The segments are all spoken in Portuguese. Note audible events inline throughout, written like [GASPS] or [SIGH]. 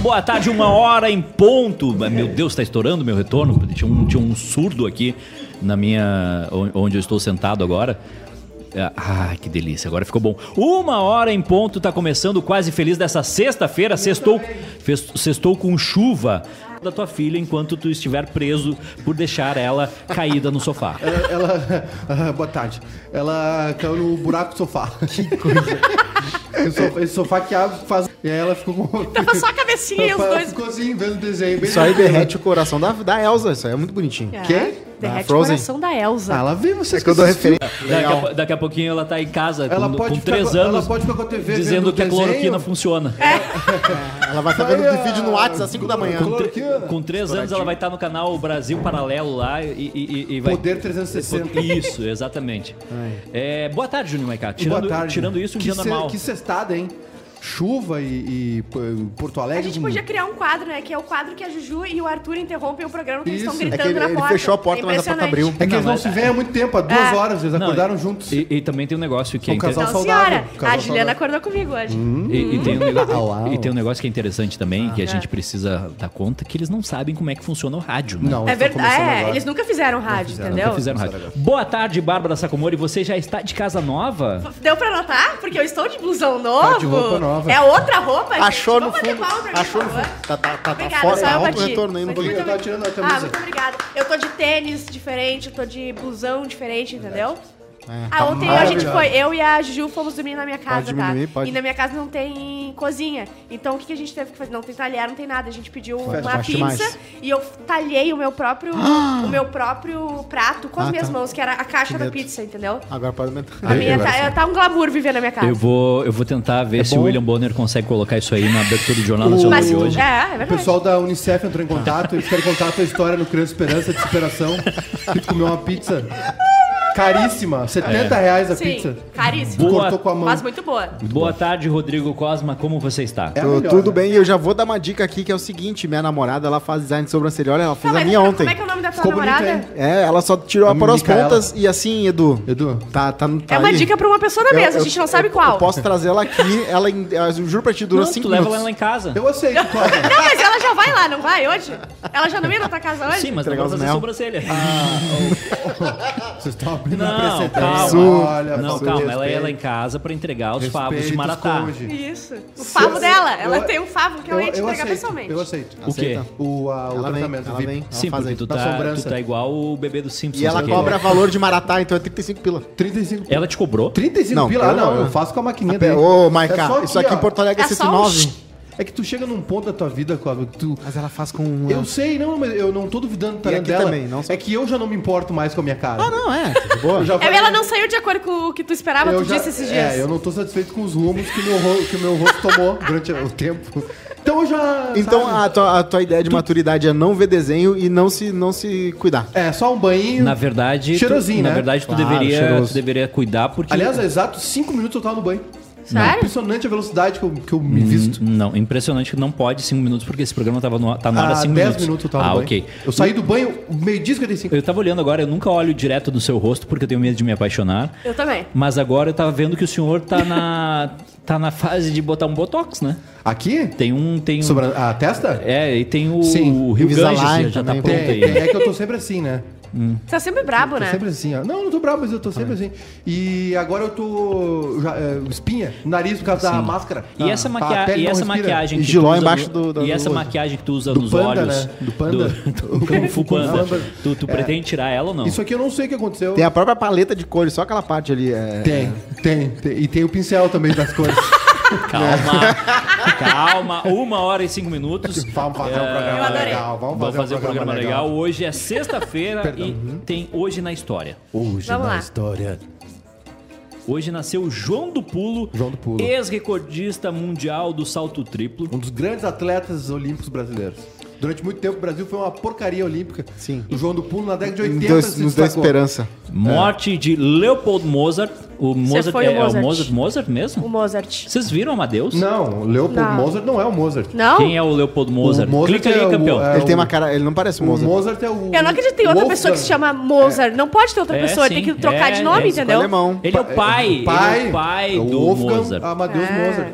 boa tarde, uma hora em ponto. Meu Deus, tá estourando meu retorno. Tinha um, tinha um surdo aqui na minha. onde eu estou sentado agora. Ah, que delícia, agora ficou bom. Uma hora em ponto, tá começando quase feliz dessa sexta-feira. Sextou, fez- sextou com chuva da tua filha enquanto tu estiver preso por deixar ela caída no sofá. Ela. [LAUGHS] ela- ah, boa tarde. Ela caiu no buraco do sofá. Que [LAUGHS] coisa. esse, sofá, esse sofá que abre faz. E aí ela ficou [LAUGHS] com. Tava só a cabecinha e os dois. Ficou assim, vendo o desenho. Bem Isso aí derrete o coração da, da Elsa, isso aí é muito bonitinho. Ah, Quê? Derrete o Frozen. coração da Elsa. Ah, ela vê vocês. É que eu dou referência. Daqui a, po- daqui a pouquinho ela tá em casa Ela com, pode com ficar três com- ela anos pode ficar com a TV dizendo vendo que a desenho. cloroquina funciona. Ela vai ficar vendo vídeo no WhatsApp às 5 da manhã. Claro que é. Com três anos ela vai estar no canal Brasil Paralelo lá e, e- e- e vai... Poder 360. Isso, exatamente. É, boa tarde, Juninho Maicá. Tirando, boa tarde. tirando isso, um que dia ce- normal. Que cestada, hein? Chuva e, e pô, Porto A Alegre. gente com- podia criar um quadro, né? Que é o quadro que a Juju e o Arthur interrompem o programa que eles Isso. estão É gritando que ele, Então na ele porta. fechou a porta, mas a porta Impressionante. abriu. É que eles Não, não mas- se veem há muito tempo, há duas É. horas, eles acordaram e, juntos. E, e também tem um negócio que é Um casal Hum. inter- Não, saudável. Então, senhora. Casal a Juliana saudável. acordou comigo hoje. e, e tem um negócio, Au, au. e tem um negócio que é interessante Ah. também, que a gente É. precisa dar conta, que eles não sabem como é que funciona o rádio. Né? Não, É eles tão verdade. começando É, agora. eles nunca fizeram rádio, entendeu? Nunca fizeram rádio. Boa tarde, Bárbara Sacomori. Você já está de casa nova? Deu pra notar? Porque eu estou de blusão novo. de roupa nova. É outra roupa, gente. Achou no Vamos bater fundo. palma pra mim, Achou por no favor. fundo. Tá, tá, tá, tá Obrigada, fora, só um tá eu alto bati. retorno aí no Mas muito pouquinho. Eu tava tirando a camisa. Ah, muito obrigada. Eu tô de tênis diferente, eu tô de blusão diferente, entendeu? É, ah, tá ontem a gente maravilhoso. foi, eu e a Ju fomos dormir na minha casa, Pode tá? diminuir, pode. E na minha casa não tem cozinha. Então o que, que a gente teve que fazer? Não tem talher, não tem nada. A gente pediu uma baixa pizza demais. e eu talhei o meu [GASPS] próprio, o meu próprio prato com as Ah, minhas tá. mãos, que era a caixa Que da medo. pizza, entendeu? Agora pode aumentar. A minha agora tá, tá um glamour viver na minha casa. Eu vou, eu vou tentar ver se o É bom? William Bonner consegue colocar isso aí na abertura do Jornal O- Nacional Mas, de é, hoje. é O verdade. pessoal da Unicef entrou em contato, eles querem contar a tua história no Criança Esperança de Superação. Que tu comeu uma pizza caríssima, É. 70 reais a Sim, pizza. caríssimo. Boa. Cortou com a mão. Mas muito boa. Boa tarde, Rodrigo Cosma. Como você está? É a Tu- melhor, tudo né? bem, eu já vou dar uma dica aqui que é o seguinte: minha namorada ela faz design de sobrancelha. Olha, ela fez Não, a mas minha ontem. Como é que é o nome da tua Ficou bonito, namorada? hein? É, ela só tirou a A por as Micaela. pontas e assim, Edu. Edu? Tá, tá, tá É uma aí. dica pra uma pessoa na Eu- mesa, eu- a gente não sabe eu- qual. Eu posso trazer ela aqui, ela, em- eu juro pra ti, dura Não, tu 5 leva minutos. ela lá em casa. Eu aceito, Cosma. Não, mas ela já vai lá, não vai hoje? Ela já não ia na tua casa hoje? Sim, mas não Entregar vou os fazer mel. sobrancelha. Vocês estão abrindo Não, uma precedência. calma. Olha, não, você- calma. Ela ia é respeito- lá em casa pra entregar os favos de respeito, Maratá. Conde. Isso. O favo dela. Ela eu- tem um favo que Eu, ela ia te eu entregar aceito, pessoalmente. eu aceito. O quê? Aceita. O, a, o Ela vem, tratamento ela VIP. vem. Ela Sim, faz porque aí. tu da tá, tu sobrança. tá igual o bebê do Simpsons. E ela aquele. cobra valor de maratá, então é 35 pila. 35 Ela te cobrou? 35 Não, pila? Ah, eu não, não. eu faço com a maquininha Pera, dele. É Ô, Maica, só isso aqui ó. em Porto Alegre é, É só 109. um- É que tu chega num ponto da tua vida, Cláudio, que tu... Mas ela faz com. Eu sei, não, mas eu não tô duvidando do talento aqui dela. também, não- É que eu já não me importo mais com a minha cara. Ah, não, é. De boa. Eu [LAUGHS] já É, falei- Ela não saiu de acordo com o que tu esperava, eu tu já- disse esses dias. É, eu não tô satisfeito com os rumos que meu, ro- que meu rosto tomou durante o tempo. Então eu já... Então sabe? a tua, a tua ideia de maturidade é não ver desenho e não se, não se cuidar. É, só um banhinho. Na verdade, Cheirosinho, tu, na né? verdade tu, Claro, deveria, cheiroso. tu deveria cuidar porque... Aliás, é- há exatos 5 minutos eu tava no banho. Sério? Impressionante a velocidade que eu, que eu me visto. não, impressionante que não pode 5 minutos, porque esse programa tava no, tá no ar há Há 5 10 minutos. minutos. eu tava ah, no banho. ok. Eu saí do banho meio-dia e 55. Eu tava olhando agora, eu nunca olho direto no seu rosto porque eu tenho medo de me apaixonar. Eu também. Mas agora eu tava vendo que o senhor tá na, tá na fase de botar um botox, né? Aqui? Tem um. Tem um Sobre a, a testa? É, e tem o, Sim, o Rio Invisalign Ganges, já tá também. pronto Tem, aí. tem. É que eu tô sempre assim, né? Tu tá sempre brabo, Tô né? sempre assim, ó. Não, não tô bravo, mas eu tô sempre assim. E agora eu tô. Já, é, espinha, nariz por causa da máscara. E essa, A maquia- pele e não essa respira. maquiagem E que giló tu usa embaixo no- do- do- E essa do- maquiagem que tu usa do nos panda, olhos. né? Do panda. [LAUGHS] Do, do Kung Fu Panda. Panda. Tu, tu pretende tirar ela ou não? Isso aqui eu não sei o que aconteceu. Tem a própria paleta de cores, só aquela parte ali. É... Tem, tem, tem. E tem o pincel também das [LAUGHS] cores. Calma. Calma. Uma hora e cinco minutos. Vamos fazer um Eu programa adorei. legal. Vamos, Vamos fazer um programa legal. legal. Hoje é sexta-feira e tem Hoje na História. Hoje Vamos na lá. história. Hoje nasceu João do Pulo, João do Pulo. ex-recordista mundial do salto triplo. Um dos grandes atletas olímpicos brasileiros. Durante muito tempo, o Brasil foi uma porcaria olímpica. Sim. O João do Pulo, na década de Nos 80, deu, se nos deu destacou. esperança. Morte de Leopold Mozart, O Mozart, foi é, o é o Mozart. Mozart, Mozart O mesmo? Mozart. Vocês viram Amadeus? Não, o Leopold Não. Mozart não é o Mozart. Não? Quem é o Leopoldo Mozart? O Mozart Clica aí, é o- campeão. é Ele tem o- uma cara. Ele não parece O Mozart. Mozart é o. Eu não acredito que tem outra Wolfgang. pessoa que se chama Mozart. Não pode ter outra É, pessoa, tem sim. que trocar É, de nome, é, entendeu? alemão. Ele é o pai, ele é o pai o do Wolfgang Mozart. Amadeus Ah. Mozart.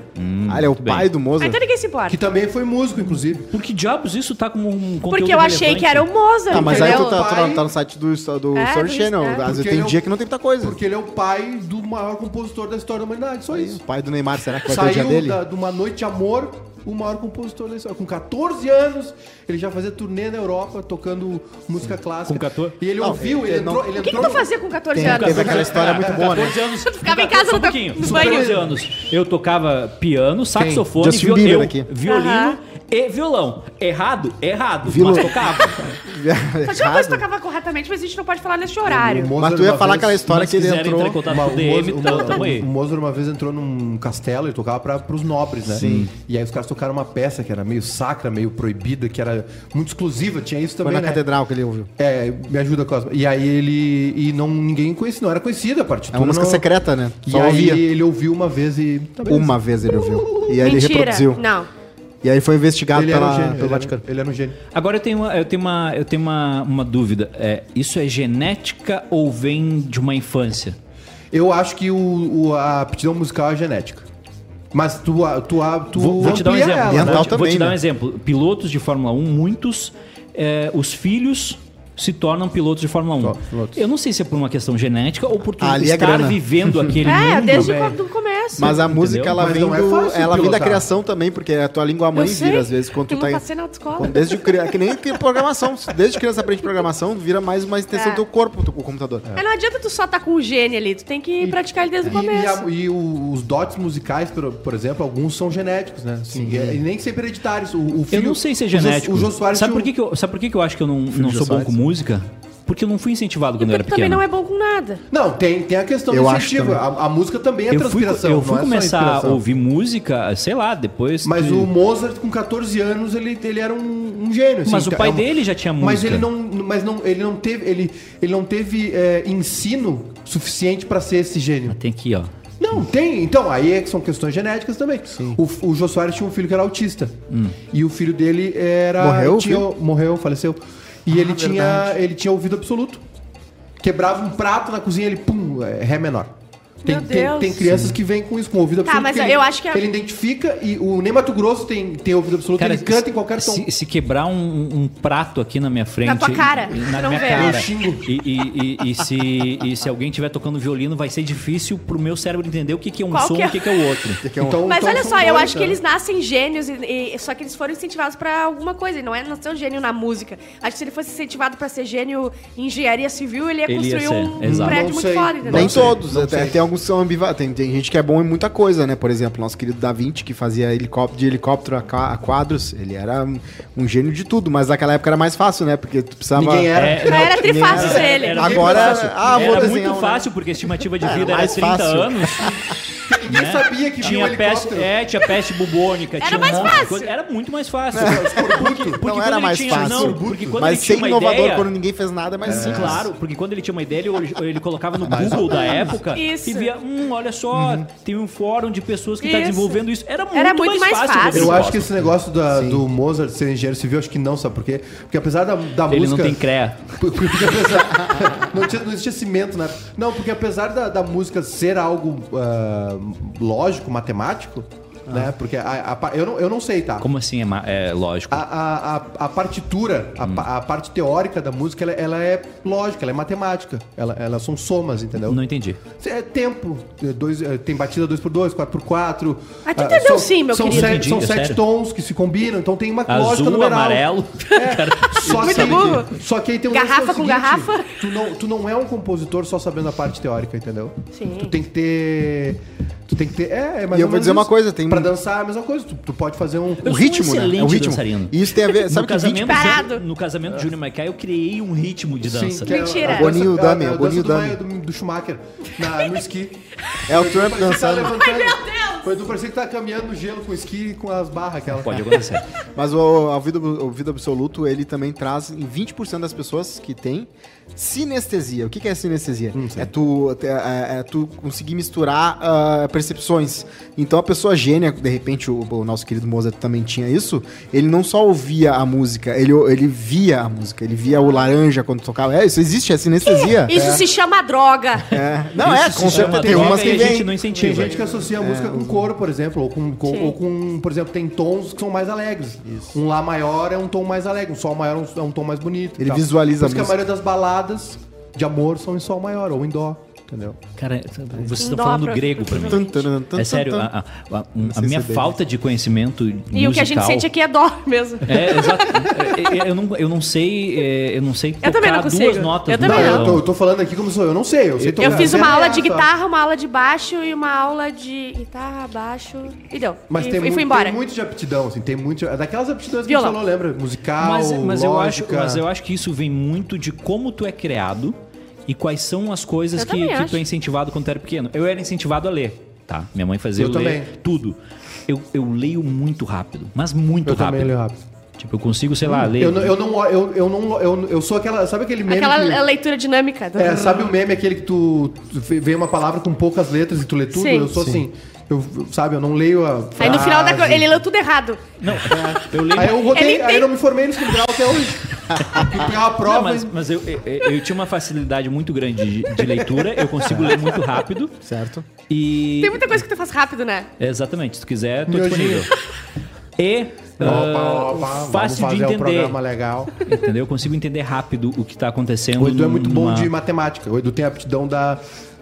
ah, ele é o Hum, muito bem. pai do Ah, Mozart. então ninguém se É. importa. Que também foi músico, inclusive. Por que diabos isso tá como um conteúdo Porque eu achei relevante? que era um o Mozart, Ah, mas aí entendeu? tu tá, tu pai- tá- tá no site do, do É, Story do- Channel. é. Às Porque vezes tem ele é o- dia que não tem muita coisa. Porque ele é o pai do maior compositor da história da humanidade, só isso. O pai do Neymar, será que é vai ter o dia Saiu dele? [LAUGHS] da- de uma noite de amor, o maior compositor da história. Com 14 anos, ele já fazia turnê na Europa, tocando música clássica. Com 14? E ele Não, ouviu, ele, ele não- entrou... Ele O que, que entrou tu tá no- fazia com 14 Tem- anos? Teve aquela história muito boa, né? 14 anos. Tu ficava em com 14 só casa no um ca- pouquinho, no só banho. 14 anos. Eu tocava piano, saxofone, Justin viol- Bieber eu- aqui. violino Aham. e violão. Errado? Errado. Violão. Mas tocava. Só tinha uma coisa tá que É Errado. tocava corretamente, mas a gente não pode falar nesse O horário. Mas Mozart tu ia uma falar vez- aquela história se que ele quiserem entrou. entrar em contato Uma- com o DM, o, tamo, Mozart, tamo aí. o Mozart uma vez entrou num castelo e tocava pra, pros nobres, né? Sim. E aí os caras tocaram uma peça que era meio sacra, meio proibida, que era muito exclusiva, tinha isso Foi também, na né? catedral que ele ouviu. É, me ajuda, Cosma. E aí ele... E não, ninguém conhecia, não era conhecida a partitura. É uma música não- secreta, né? E Só aí ouvia. ele ouviu uma vez e... tá beleza. Uma vez ele ouviu. E aí ele Mentira. reproduziu. Não. E aí foi investigado Ele era um pela, gênio. pelo Ele Vaticano. era, ele era um gênio. Agora eu tenho uma, eu tenho uma, eu tenho uma, uma dúvida. É, isso é genética ou vem de uma infância? Eu acho que o, o- a aptidão musical é genética. Mas tu, a- tu, a- tu Vou, vou te dar um amplia exemplo. ela, vou, Ambiental te- vou também, te dar um né? exemplo. Pilotos de Fórmula 1, muitos, é, os filhos se tornam pilotos de Fórmula 1. Só pilotos. Ah, Eu não sei se é por uma questão genética ou por tu Ali é estar grana. [LAUGHS] vivendo aquele É, mundo. desde o começo. Mas a Entendeu? música, ela Mas vem não é do- fácil ela vem da pilotar. criação também, porque a tua língua mãe Eu sei. vira, às vezes, quando tu Eu tá... não em- passei na autoescola. quando desde criança, que nem que programação. Desde criança aprende programação, vira mais uma extensão É. do teu corpo, tu- o computador. É, não adianta tu só tá com o gênio ali, tu tem que praticar ele desde o E, e começo. a- e o- os dotes musicais, por, por exemplo, alguns são genéticos, né? Assim, E, e nem sempre hereditários. O, o Eu filho- não sei se é o Jô- genético. O Jô Soares sabe, por tinha que que eu, sabe por que que eu acho que eu não, não de sou Jô bom com Soares. música? Porque eu não fui incentivado quando eu era Porque tu também pequeno. não é bom com nada. um- Não, tem, tem a questão Eu do acho incentivo. também. A, a música também é eu fui, transpiração. eu fui não é só começar a inspiração. ouvir música, sei lá, depois. Mas que- o Mozart, com 14 anos, ele, ele era um, um gênio. assim. Mas o É pai uma- dele já tinha música. Mas ele não, mas não, ele não teve, ele, ele não teve é, ensino suficiente pra ser esse gênio. Tem aqui, ó. Não, tem. Então, aí é que são questões genéticas também. O, o Jô Soares tinha um filho que era autista. Hum. E o filho dele era. Morreu o tinha- Morreu, faleceu. E Ah, ele, tinha, ele tinha ouvido absoluto. Quebrava um prato na cozinha, ele, pum, é, ré menor. Tem, Meu tem- Deus. tem crianças que vêm com isso, com ouvido Tá, absoluto. mas porque eu ele, acho que a- Ele identifica e o Ney Mato Grosso tem, tem ouvido absoluto, ele canta em qualquer tom. se, se quebrar um, um prato aqui na minha frente. tua cara, e- e tu na não minha vê. cara. Eu xingo. E, e- e- e se, e se alguém estiver tocando violino, vai ser difícil pro meu cérebro entender o que, que é um Qual som que e é? o que, que é o [LAUGHS] outro. Então, Mas então olha são só, eu dois, acho que né? eles nascem gênios, e- e- só que eles foram incentivados pra alguma coisa, e não é nascer um gênio na música. Acho que se ele fosse incentivado pra ser gênio em engenharia civil, ele ia Ele ia construir ser, um, um exato. Não prédio muito sei, foda, não Nem entendeu? sei, todos, não até, sei. tem alguns que são ambivalentes. Tem, tem gente que é bom em muita coisa, né? Por exemplo, nosso querido Da Vinci, que fazia helicóptero, de helicóptero a, qua- a quadros, ele era um, um gênio de tudo, mas naquela época era mais fácil, né? Porque tu precisava. Ninguém era. Não, Então era trifácil É, era- ser ele. era Agora- muito fácil. ah, vou era desenhar muito um- fácil, porque a estimativa de vida era mais 30 fácil. anos. Ninguém né? sabia que vinha um tinha peste, helicóptero. é, tinha peste bubônica. Era tinha um mais monte de fácil. coisa. Era muito mais fácil. Escorbuto. Porque não quando era ele mais tinha- fácil. não, porque quando mas ele tinha ser uma inovador ideia- É. quando ninguém fez nada, mas É. sim, Claro, porque quando ele tinha uma ideia, ele, ol- ele colocava no Google da época Isso. e via, hum, olha só, Uhum. tem um fórum de pessoas que está Isso. desenvolvendo isso. Era muito, Era mais, muito mais fácil. fácil. Eu Rodrigo acho que esse negócio da- do Mozart ser engenheiro civil, acho que não, sabe por quê? Porque apesar da, da Ele música. não tem CREA. [LAUGHS] Porque apesar- não, tinha, não existia cimento, né? Não, porque apesar da, da música ser algo ah, lógico, matemático, né? Porque a- a pa- eu, não, eu não sei, tá? Ah. Como assim é, ma- é lógico? A, a, a, a partitura, Hum. a, pa- a parte teórica da música, ela, ela é lógica, ela é matemática. Ela, elas são somas, entendeu? Não entendi. É tempo. É dois, é, tem batida 2x2, 4x4. Ah, tu entendeu sim, meu são querido. Sete, Entendi, são é sete sério. tons que se combinam, então tem uma lógica Azul, numeral. É. amarelo. [LAUGHS] Só assim. Muito que, burro. só que aí tem um Garrafa lance que é o com seguinte, garrafa. Tu não, tu não é um compositor só sabendo a parte teórica, entendeu? Sim. Tu tem que ter... Tu tem que ter... É, é mais E eu ou vou menos dizer uma isso. coisa, tem Pra um- dançar é a mesma coisa. Tu, tu pode fazer um... Eu o sou ritmo, um né? É o excelente ritmo. dançarino. E isso tem a ver, no, sabe que o casamento, ritmo Parado. no casamento de Júnior Maicai, eu criei um ritmo de Sim, dança. que é a- Mentira. a dança- Boninho a- a Dami, é dança Boninho do Dami. Maio- Do, do Schumacher, na- no esqui. é o Trump Você tá [LAUGHS] dançando. levantando- Meu Deus! Foi tu parecia que tá caminhando no gelo com esqui e com as barras aquela. Pode acontecer. Mas o ouvido, ouvido absoluto, ele também traz em 20% das pessoas que tem sinestesia. O que, que é sinestesia? é, tu, é, é tu conseguir misturar ah, percepções. Então a pessoa gênia, de repente o, o nosso querido Mozart também tinha isso, ele não só ouvia a música, ele, ele via a música, ele via o laranja quando tocava. É, isso existe, é sinestesia. Isso se chama droga. É. Não, é, Isso com se chama certeza. Tem droga umas e que a gente vem. não Tem incentiva. gente que associa a É. música com coro, por exemplo, ou com, com- Sim. ou com, por exemplo, tem tons que são mais alegres. Um Lá maior é um tom mais alegre, um Sol maior é um, é um tom mais bonito. e Ele tal. visualiza Por a isso que a música. maioria das baladas de amor são em Sol maior ou em Dó, entendeu? Cara, vocês estão Dobra, falando grego pra mim. Tan, tan, tan, É sério, tan, a, tan. a- a- a sei minha se é bem falta de conhecimento E o que a gente sente aqui é dor mesmo. É, exato. É, é, Eu não, eu não sei, é, eu não sei tocar também não duas consigo. notas. no Eu também não. eu violão. tô, eu tô falando aqui como sou eu, não sei. Eu, sei Eu tocar. fiz uma Essa, aula de essa. guitarra, uma aula de baixo e uma aula de guitarra, baixo. E deu. Mas e, tem, fui- e muito, fui embora. tem muito de aptidão, assim, tem muito. é Daquelas aptidões que a gente Violão. falou, lembra? Musical, Mas, mas eu acho, lógica. mas eu acho que isso vem muito de como tu é criado e quais são as coisas Eu que, também que tu acho. é incentivado quando tu era pequeno. Eu era incentivado a ler, tá? Minha mãe fazia eu, Eu ler também. tudo. Eu, eu leio muito rápido, mas muito Eu rápido. também leio rápido. Tipo, eu consigo, sei lá, ler. Eu, não- eu não, eu, eu não, eu, eu sou aquela, sabe aquele meme Aquela que- leitura dinâmica. É, sabe o meme aquele que tu tu vê uma palavra com poucas letras e tu lê tudo? Sim. Eu sou assim. Eu, sabe, eu não leio a. Aí no final da co- frase. ele leu tudo errado. Não, eu leio. Aí eu Ele rodei, tem- aí eu não me formei no segundo grau até hoje. Fui pegar uma prova. Não, mas, e- mas eu, eu, eu tinha uma facilidade muito grande de, de leitura, eu consigo ler muito rápido. Certo? E. Tem muita coisa que tu faz rápido, né? Ah, Exatamente, se tu quiser, tô Miojinho. disponível. E. ah, vamos fácil de fazer um entender. programa legal. Entendeu? Eu consigo entender rápido o que tá acontecendo. O Edu é muito bom numa- de matemática. O Edu tem aptidão da,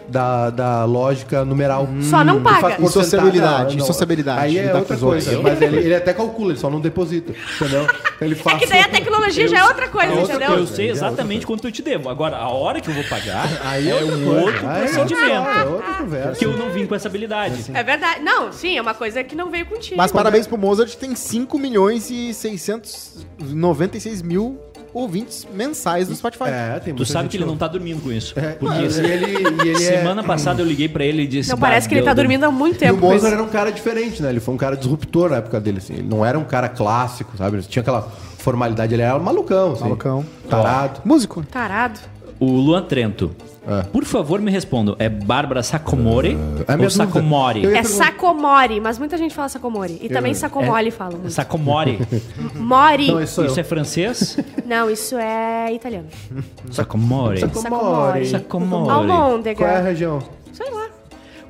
da, da lógica numeral. Hum. Só não Ele faz paga. porcentagem. Insociabilidade, Ah, não. insociabilidade. Aí Ele é tá outra com os coisa. outros. Mas ele, ele até calcula, ele só não deposita. Entendeu? Então Ele faz. É que daí a tecnologia já é outra coisa, outra entendeu? Eu sei exatamente quanto eu te devo. Agora, a hora que eu vou pagar [LAUGHS] Aí é um outro Aí é outra procedimento. história, é outra conversa. Que eu não vim com essa habilidade. assim, É verdade. Não, sim, é uma coisa que não veio contigo. Mas parabéns pro Mozart, tem 5 milhões e 696 mil ouvintes mensais no Spotify. É, tem Tu muita sabe gente que ele não louca. tá dormindo com isso. É, Porque mas ele, e ele é- semana passada eu liguei pra ele e disse... Não, "Bah, parece que ele deu- tá deu- dormindo há muito E tempo. o com isso. Mozart era um cara diferente, né? Ele foi um cara disruptor na época dele, assim. Ele não era um cara clássico, sabe? Ele tinha aquela formalidade, ele era malucão, assim. Malucão. Tarado. Músico. Tarado. O Luan Trento. É. Por favor, me respondam. É Bárbara Sacomore é a minha ou dúvida. Sacomore? Eu ia É sacomori, mas muita gente fala sacomori. E também sacomole fala muito. Sacomore. Mori. é, Não, isso [LAUGHS] sou isso eu. é [LAUGHS] francês? Não, isso é italiano. Sacomore. Sacomori. Sacomore. Almôndega. Qual é a região? Sei lá.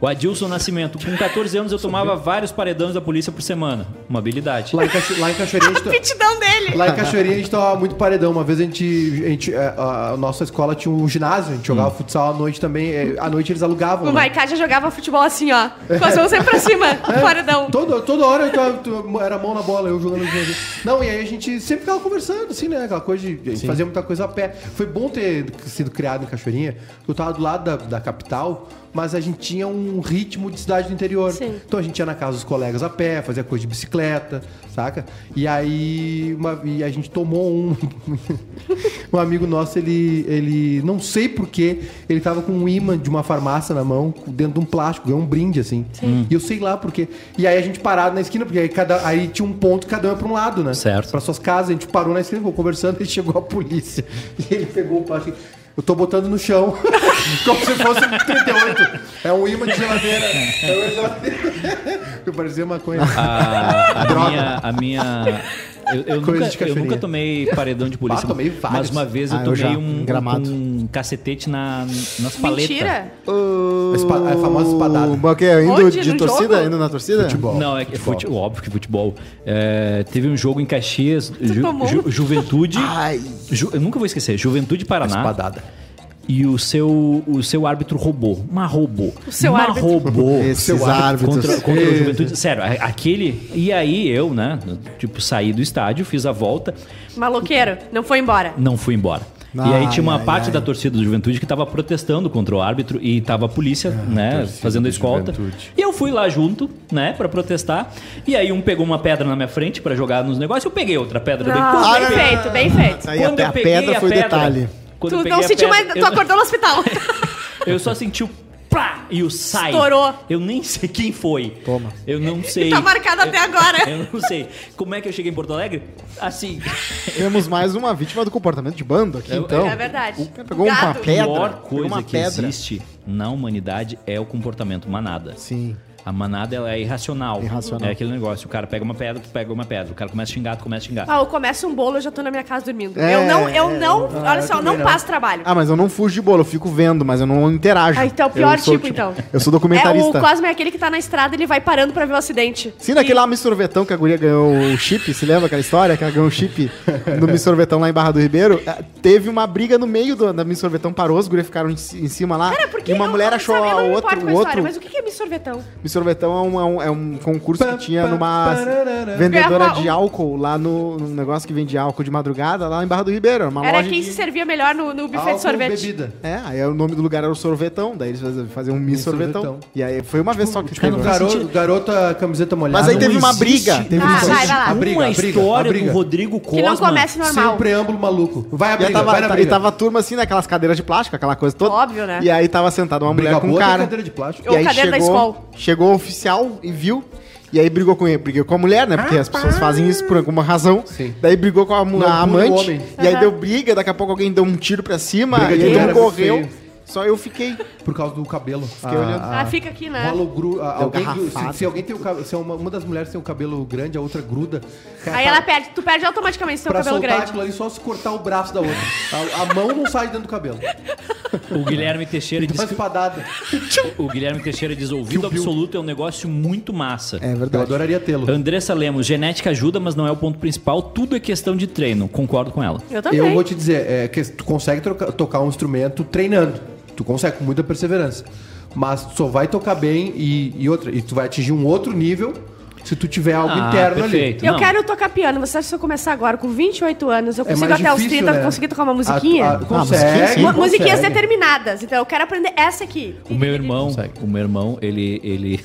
O Adilson Nascimento. Com 14 anos eu tomava vários paredões da polícia por semana. Uma habilidade. Lá em, Caxi- lá em Cachoeirinha, a gente to- Pitidão dele. lá em Cachoeirinha a gente tomava muito paredão. Uma vez a gente... A, gente, é, a- a nossa escola tinha um ginásio, a gente Hum. jogava futsal à noite também. é, à noite eles alugavam. O né? Maiká já jogava futebol assim, ó. Com [LAUGHS] as mãos sempre pra cima. É. Paredão. Toda, toda hora eu tava, tu- era mão na bola, eu jogando junto. Não, e aí a gente sempre ficava conversando, assim, né? Aquela coisa de a gente fazia muita coisa a pé. Foi bom ter sido criado em Cachoeirinha, eu tava do lado da, da capital, mas a gente tinha um ritmo de cidade do interior. Sim. Então a gente ia na casa dos colegas a pé, fazia coisa de bicicleta, saca? E aí uma- e a gente tomou um. [LAUGHS] um amigo nosso, ele, ele não sei porquê, ele tava com um imã de uma farmácia na mão, dentro de um plástico, ganhou um brinde assim. E eu sei lá porquê. E aí a gente parado na esquina, porque aí, cada, aí tinha um ponto, cada um é pra um lado, né? Certo. Pra suas casas, a gente parou na esquina, ficou conversando, [LAUGHS] e chegou a polícia. E ele pegou o plástico. Eu tô botando no chão, [LAUGHS] como se fosse um 38. É um imã de geladeira. É um imã de geladeira. Eu parecia maconha. [LAUGHS] A, a minha. A minha eu, eu Coisa de nunca, eu cachoeirinha. nunca tomei paredão de polícia. Ah, tomei vários. Mas uma vez eu Ah, eu tomei já, um, em Gramado. um cacetete na, nas paletas. Mentira. A espa- a famosa espadada. O que é? Indo Onde? de No torcida? jogo? Indo na torcida? Futebol. Não, é que futebol. óbvio que futebol. É, teve um jogo em Caxias, Ju- tomou? Ju- Juventude. Ah, Ai. Ju- eu nunca vou esquecer, Juventude Paraná. Espadada. E o seu, o seu árbitro roubou. Mas roubou. O seu Mas árbitro. roubou. [LAUGHS] Esses árbitros. Contra, contra o Juventude. Sério, a- aquele. E aí eu, né? Tipo, saí do estádio, fiz a volta, Maloqueiro. Não foi embora. não fui embora. e aí Ai, tinha uma Ah, ai, parte ai. da torcida do Juventude que tava protestando contra o árbitro e tava a polícia, Ah, né, fazendo a escolta. Juventude. E eu fui lá junto, né, pra protestar. E aí um pegou uma pedra na minha frente pra jogar nos negócios, eu peguei outra pedra dele. Não, Quando- Ah, bem não. feito, bem feito. Tá Aí a, a pedra foi o detalhe. quando eu tu peguei não a sentiu pedra, [LAUGHS] mais. Tu acordou no hospital. Eu, eu só senti o Plá! E o sai. Estourou. Eu nem sei quem foi. Toma. Eu não sei. Tá marcado até [LAUGHS] agora. Eu não sei. Como é que eu cheguei em Porto Alegre? Assim. Temos mais uma vítima do comportamento de bando aqui, Eu- então. É verdade. O cara pegou uma Gado. A pedra. pior pegou coisa uma que pedra. existe na humanidade é o comportamento manada. Sim. A manada ela é irracional. Irracional. É aquele negócio, o cara pega uma pedra, tu pega uma pedra, o cara começa a xingar, tu começa a xingar. Ah, eu começo um bolo, eu já tô na minha casa dormindo. É, eu não, eu é, não, olha só, eu não também não. passo trabalho. Ah, mas eu não fujo de bolo, eu fico vendo, mas eu não interajo. Ah, então é o pior Eu sou, tipo, então. Eu sou É, o documentarista. Cosmo é aquele que tá na estrada, ele vai parando pra ver o acidente. Sim, naquele E- lá Miss Sorvetão que a guria ganhou o chip, se lembra aquela história? Que ela ganhou o chip no Miss Sorvetão lá em Barra do Ribeiro. Ah, Teve uma briga no meio do, da Miss Sorvetão, parou, os gurias ficaram em, ci- em cima lá. Cara, É, por que e uma eu- mulher sabe, achou eu não a me outra, importo com o a outro. história, Mas o que que é Miss Sorvetão? Miss Sorvetão é um, é um- é um concurso Pam, que tinha pam, numa pararara. vendedora Ganhava de um- álcool lá no, num negócio que vende álcool de madrugada lá em Barra do Ribeiro. Era uma Era loja quem de- se servia melhor no, no buffet de Álcool, sorvete. Ah, bebida. É, aí o nome do lugar era o Sorvetão, daí eles faziam- faziam um Miss Miss sorvetão. Sorvetão. Tipo E aí foi uma vez só que O teve. faz Garoto, sentido. garota camiseta molhada. Mas aí teve Não uma existe- briga, teve uma não briga. existe Ah, Vai, vai lá. Uma A briga, a briga, história a briga. do Rodrigo Cosma. Que não comece Sem normal. um preâmbulo maluco. Vai E abrir, aí tava, vai na ta- briga. e tava a turma assim, naquelas cadeiras de plástico, aquela coisa toda. Óbvio, né? E aí tava sentada uma mulher Briga com um boa tem cara. cadeira de plástico. E Ou aí cadeira da chegou, escola. chegou o oficial e viu. E aí brigou com ele, brigou com a mulher, né? Porque as pessoas fazem isso por alguma razão. Sim. Daí brigou com a, mu- Não a pune o amante. homem. E aí deu briga, daqui a pouco alguém deu um tiro pra cima, Briga e de aí ele mulher, correu. feio. Só eu fiquei. Por causa do cabelo. Fiquei olhando. Ah, fica aqui, né? Rola o gru, a- Deu alguém, que- garrafada. se, se alguém tem o cabelo. Se uma, uma das mulheres tem o cabelo grande, a outra gruda. cara, Aí pra- ela perde, tu perde automaticamente seu Pra cabelo soltar grande. aquilo ali, só se cortar o braço da outra. A, a mão não sai dentro do cabelo. O Guilherme [LAUGHS] Teixeira Dá uma diz que espadada. o Guilherme Teixeira diz ouvido Kill Bill. absoluto é um negócio muito massa. É Eu verdade. adoraria tê-lo. Andressa Lemos, genética ajuda, mas não é o ponto principal. Tudo é questão de treino. Concordo com ela. Eu também. Eu vou te dizer, é, que tu consegue troca- tocar um instrumento treinando. Tu consegue, com muita perseverança. Mas tu só vai tocar bem e, e outra. E tu vai atingir um outro nível se tu tiver algo Ah, interno perfeito. ali. Eu Não. quero tocar piano. Você acha que se eu começar agora com 28 anos, É eu consigo até os 30 conseguir tocar uma musiquinha? né? A, a, musiquinha, consegue, sim. Mu- musiquinhas consegue. determinadas. Então eu quero aprender essa aqui. O meu irmão, o meu irmão, ele ele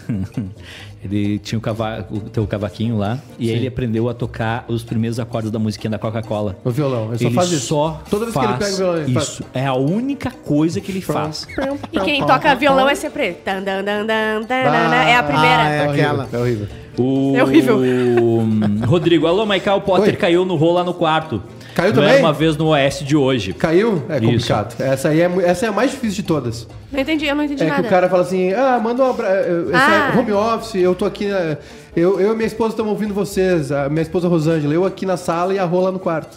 [LAUGHS] ele tinha o, cava, o teu cavaquinho lá e ele aprendeu a tocar os primeiros acordes da musiquinha da Coca-Cola. O violão, ele só ele faz isso. só Toda vez que ele faz pega o violão, ele faz- isso. É a única coisa que ele faz. E quem toca violão é sempre. tan, dan, dan, dan, dan, dan, dan. É a Ah, é. primeira. horrível, aquela. É horrível. O... É horrível. [LAUGHS] Rodrigo, alô, Michael Potter Oi. caiu no rolo lá no quarto. Caiu Não também? Era uma vez no Oeste de hoje. Caiu? É Isso. complicado. Essa aí é, mu- essa é a mais difícil de todas. Não entendi, eu não entendi é nada. que o cara fala assim, ah, manda um abraço. Ah. home office, eu tô aqui. na- Eu, eu e minha esposa estamos ouvindo vocês, a minha esposa Rosângela, eu aqui na sala e a rola no [LAUGHS] quarto.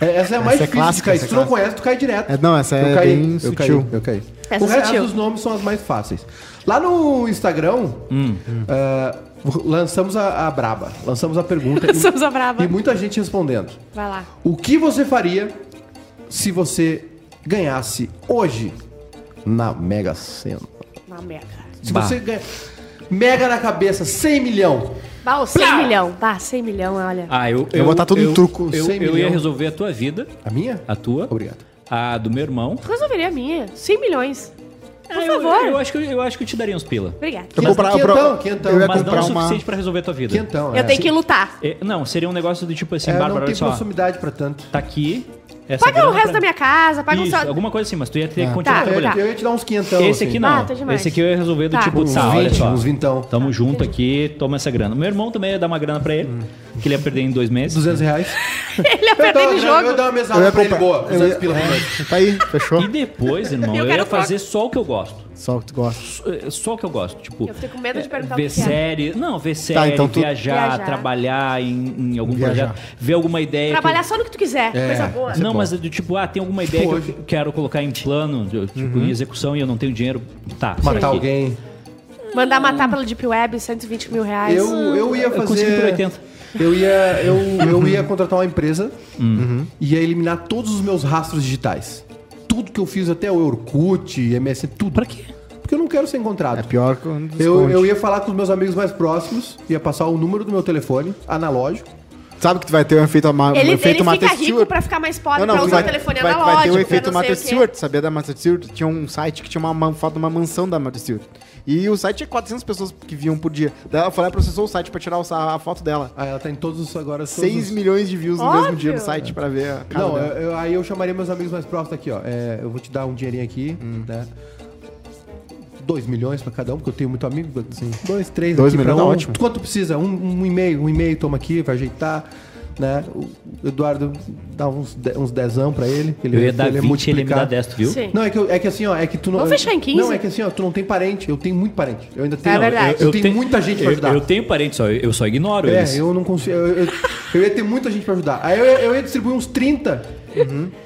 É, essa é a mais Essa é difícil clássica, de cair. essa Se é tu não clássica. conhece, tu cai direto. É, não, essa é bem eu sutil. Caí, eu caí. Essa o é resto sutil. dos nomes são as mais fáceis. Lá no Instagram, ah, lançamos a, a braba. Lançamos a [LAUGHS] pergunta. e- Lançamos a braba. E muita gente respondendo. Vai lá. O que você faria se você ganhasse hoje na Mega Sena? Uma merda. Se Bah. você ganha Mega na cabeça, 100 milhão. Bah, ô, 100 milhão. Bah, 100 milhão, olha. Ah, eu, Eu vou botar tudo em truco, Eu, 100 eu ia milhão. resolver a tua vida, A minha? a tua, Obrigado. a do meu irmão. Eu resolveria a minha. 100 milhões. Por Ah, eu- favor. Eu, acho que, eu acho que eu te daria uns pila. Obrigada. Eu Mas comprava- eu quentão, pro- quentão. eu ia Mas não comprar o uma. suficiente pra resolver a tua vida. Quentão, é. Eu tenho que lutar. É, não, seria um negócio do tipo assim, É, Bárbara, não olha tem só. proximidade pra tanto. Tá aqui. Essa Paga o grana resto pra- da minha casa, paga Isso, o sal... alguma coisa assim, mas tu ia ter que continuar Tá, eu, trabalhando. eu ia te dar uns quinhentão. assim. Esse aqui não. Ah, tá demais. Esse aqui eu ia resolver do Tá. tipo, Uns tá, olha 20, só. Então, uns vintão. Tamo junto aqui, toma essa grana. Meu irmão também ia dar uma grana pra ele, que ele ia perder em dois meses. 200 reais. [LAUGHS] Ele ia Eu, dou perder uma no grana, eu ia jogo. dar uma Eu mesada ia pra ele comprar. boa. eu 200 ia- pila por mês. é, Tá aí, fechou. E depois, irmão, Eu eu, quero ia troca. fazer só o que eu gosto. Só o que tu gosta. Só- é, Só o que eu gosto. Tipo, Eu fiquei com medo de é, perguntar o ver que que é. série. Não, ver série, Tá, então tu- viajar, Viajar. trabalhar em, em algum Viajar. projeto, ver alguma ideia. que eu- Trabalhar só no que tu quiser. Coisa boa. Não, mas é do tipo, ah, tem alguma ideia que hoje. Uhum. eu quero colocar em plano, de- tipo, em execução e eu não tenho dinheiro. Tá. Matar aqui. alguém. Mandar matar pela Deep Web 120 mil reais. Eu, um- eu ia eu consegui por fazer. 80. Eu ia, eu, eu ia contratar uma empresa uhum, e ia eliminar todos os meus rastros digitais. Tudo que eu fiz até o Orkut, MSN, tudo. Pra quê? Porque eu não quero ser encontrado. É pior que um eu, desconto. eu ia falar com os meus amigos mais próximos, ia passar o número do meu telefone, analógico. Sabe que tu vai ter um efeito, ma- um Ele, ele efeito fica Martha rico Stewart. pra ficar mais pobre, Não, não, pra tu usar vai, o telefone vai, analógico. vai ter o pra não efeito sei Martha o quê. Stewart. Sabia da Martha Stewart? Tinha um site que tinha uma, uma foto de uma mansão da Martha Stewart. E o site tinha 400 pessoas que viam por dia. Daí ela foi lá e processou o site pra tirar o sa- a foto dela. Ah, ela tá em todos os agora. todos 6 os- milhões de views no mesmo Óbvio. dia no site pra ver a casa Não, dela. eu- eu- aí eu chamaria meus amigos mais próximos aqui, ó. É, eu vou te dar um dinheirinho aqui, né? 2 milhões pra cada um, porque eu tenho muito amigo. Assim, dois, três Dois aqui pra milhões, um. tá ótimo. Quanto precisa? Um, um e meio, um e meio toma aqui, vai ajeitar. Né? O Eduardo dá uns, de- uns dezão pra ele. que Ele, Eu ia dar 20 e ele me multiplicar. dá 10, tu viu? Sim. Não, é que, eu- é que assim, ó, é que tu não. Vamos fechar em 15? Não, é que assim, ó, tu não tem parente. Eu tenho muito parente. Eu ainda tenho. É verdade. Eu, tenho muita gente pra eu- ajudar. Eu, tenho parentes, só, eu só ignoro É, eles. eu não consigo. Eu, eu- eu ia ter muita gente pra ajudar. Aí eu, ia- eu ia distribuir uns 30.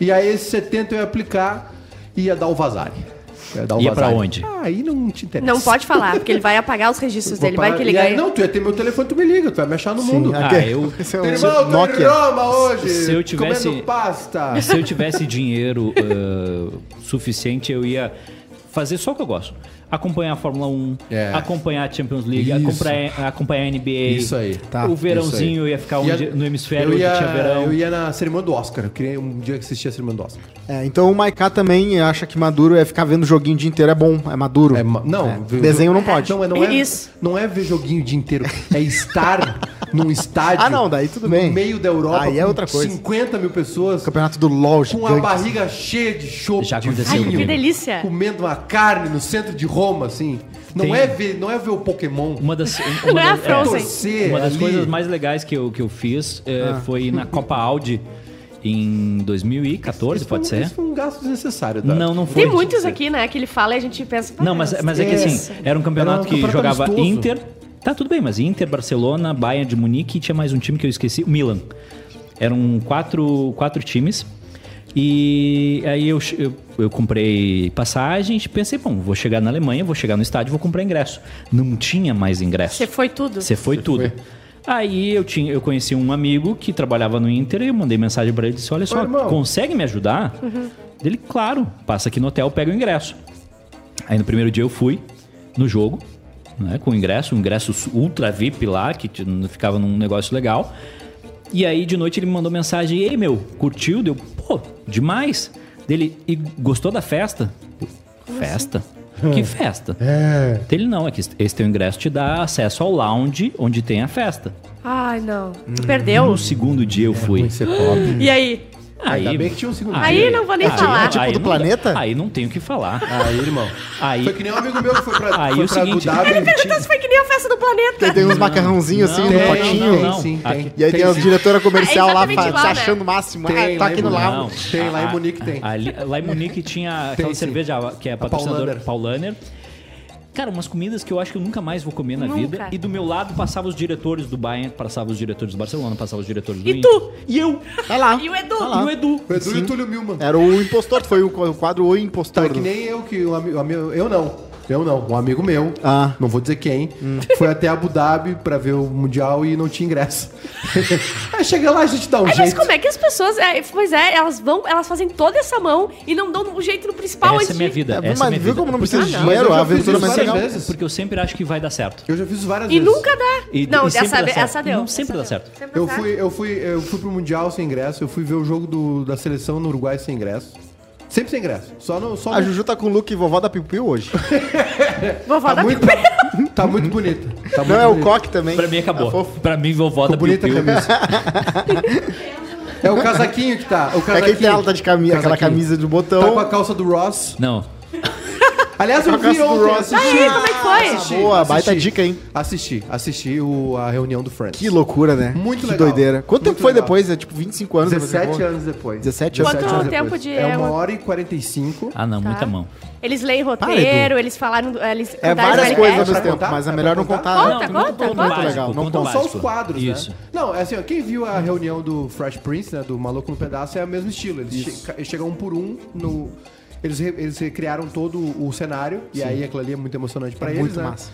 E aí esses 70 eu ia aplicar e ia dar o vazare. Ia dar o Ia pra vazare. onde? Ah, aí não te interessa. Não pode falar, porque ele vai apagar os registros Vou dele. parar- Vai que ele e aí, ganha. Não, tu ia ter meu telefone, tu me liga, tu vai me achar no mundo. Ah, aquele- eu- [LAUGHS] esse é um Meu irmão, tô em Nokia. Roma hoje. se eu tivesse- Comendo pasta. Ah, Se eu tivesse dinheiro ah, suficiente, eu ia fazer só o que eu gosto. Acompanhar a Fórmula 1, É. acompanhar a Champions League, Isso. acompanhar, acompanhar a NBA. Isso aí, tá, O isso verãozinho aí. ia ficar um Ia- dia no hemisfério eu onde ia, tinha verão. Eu ia na cerimônia do Oscar. Eu queria um dia que assistia a cerimônia do Oscar. É, então o Maiká também acha que maduro é ficar vendo joguinho o dia inteiro é bom, é maduro. É, ma- não, É, ver- desenho não pode. Não, é- não é, Isso. não é ver joguinho o dia inteiro. [LAUGHS] É estar num estádio. Ah, não, daí tudo no bem. meio da Europa. Aí é com outra coisa. 50 mil pessoas. Campeonato do LOL, Com a gigante. barriga cheia de chope. Já de aconteceu vinho, Ai, que delícia. Comendo uma carne no centro de Roma, assim. Não, Tem- é ver, não é ver o Pokémon. Uma das, uma [LAUGHS] Não é a das- Frozen. Torcer uma das ali. Ah. coisas mais legais que eu, que eu fiz eh, foi na Copa Audi em 2014, Isso foi um- pode ser? Isso foi um gasto desnecessário. tá? Não, não foi. Tem muitos aqui, né, que ele fala e a gente pensa... Não, mas, mas é que assim, era um campeonato Era um que campeonato jogava amistoso. Inter. Tá, tudo bem, mas Inter, Barcelona, Bayern de Munique e tinha mais um time que eu esqueci, o Milan. Eram quatro, quatro times. E aí eu, che- eu, eu comprei passagens, pensei, bom, vou chegar na Alemanha, vou chegar no estádio, vou comprar ingresso. Não tinha mais ingresso. Você foi tudo. Você foi tudo. Aí eu, tinha, eu conheci um amigo que trabalhava no Inter e eu mandei mensagem pra ele e disse: Olha só, irmão. consegue me ajudar? Ele, claro, passa aqui no hotel, pega o ingresso. Aí no primeiro dia eu fui no jogo, né, com o ingresso, um ingresso ultra VIP lá, que t- ficava num negócio legal. E aí de noite ele me mandou mensagem: Ei meu, curtiu? Deu, pô, demais. Dele, e gostou da festa? Eu, Festa? Que [LAUGHS] festa? É. Ele não, é que esse teu ingresso te dá acesso ao lounge onde tem a festa. Ai, não. Hum. Tu perdeu? No segundo dia eu fui. Isso é pobre. E aí? Aí, Ainda bem que tinha um segundo Aí dia. não vou nem falar. tipo não do dá- planeta? Aí não tenho o que falar. Aí, irmão. Aí, Foi que nem um amigo meu que foi pra, aí foi o pra seguinte. [LAUGHS] Abu Dhabi. Pergunta se foi que nem a festa do planeta. Tem uns macarrãozinhos assim no Tem, potinho. não, não. Sim, Aqui. tem. E aí tem, a sim. diretora comercial É lá exatamente fa- igual, se né? achando o máximo. Tem, ah, tá aqui no lembro. lavo. Tem, lá em a- Munique tem. Ah, ali- lá em Munique tinha aquela sim. cerveja que é patrocinadora Paulaner. Cara, umas comidas que eu acho que eu nunca mais vou comer na Nunca. vida. E do meu lado passavam os diretores do Bayern, passavam os diretores do Barcelona, passavam os diretores do E Inter. tu? Ah, E eu? Tá lá. E o Edu? E o Edu? O Edu e o Túlio Milman. Era o impostor, foi o co- o quadro O Impostor. Tá que nem eu que um amigo, eu não. Eu não, um amigo meu, Ah. não vou dizer quem, [LAUGHS] foi até Abu Dhabi pra ver o Mundial e não tinha [LAUGHS] ingresso. Aí chega lá, a gente dá um Ai, mas jeito. como é que as pessoas. é, pois é, elas vão, elas fazem toda essa mão e não dão um jeito no principal Essa é antes minha de- vida. É, essa é mas minha viu vida. como não precisa de não. Mas dinheiro? eu A já fiz aventura isso mais várias legal. vezes. Porque eu sempre acho que vai dar certo. Eu já fiz isso várias E vezes. nunca dá. E- não, e sempre dessa dá vez, certo. essa deu. Não, sempre Essa dá deu. certo. Sempre Eu dá fui, eu fui, eu fui pro Mundial sem ingresso, eu fui ver o jogo do- da seleção no Uruguai sem ingresso. Sempre sem ingresso. Só no. Só A no- Juju tá com o look vovó da Piu Piu hoje. certo. Vovó tá, da muito, [LAUGHS] tá muito bonita. Tá muito Não, é o bonita. Coque também. Pra mim É acabou. fofo. pra mim, vovó da Ficou bonita a Piu-Piu. camisa. [LAUGHS] é o casaquinho que tá. O É casaquinho. que tem ela tá de camisa, aquela Casaquinho. camisa de Tá com botão. a calça do Ross. Não, Aliás, eu Com a vi calça do ontem. Ross. assisti. E aí, como é que foi? Assisti, boa, assisti. baita dica, hein? Assisti, assisti o, a reunião do Friends. Que loucura, né? Muito que legal. doideira. Quanto Muito tempo foi legal. depois? É tipo 25 anos. 17 depois? anos depois. 17 anos. Quanto depois. tempo de- É é uma uma- hora e 45. ah Tá. não, muita mão. Eles leem roteiro, Edu. eles falaram. Eles É cantaram várias Smelly coisas pra Cat. ao mesmo tempo, contar? mas é É melhor pra não contar? contar. Conta, não, não, conta, não, conta. básico, Legal, não conta Então o só básico. os quadros, Isso. né? Não, é assim, ó, quem viu a reunião do Fresh Prince, né, do Maluco no Pedaço, é o mesmo estilo. Eles, che- eles chegam um por um no... Eles, re- eles recriaram todo o cenário, e aí aquilo ali é muito emocionante pra É eles, muito né? massa.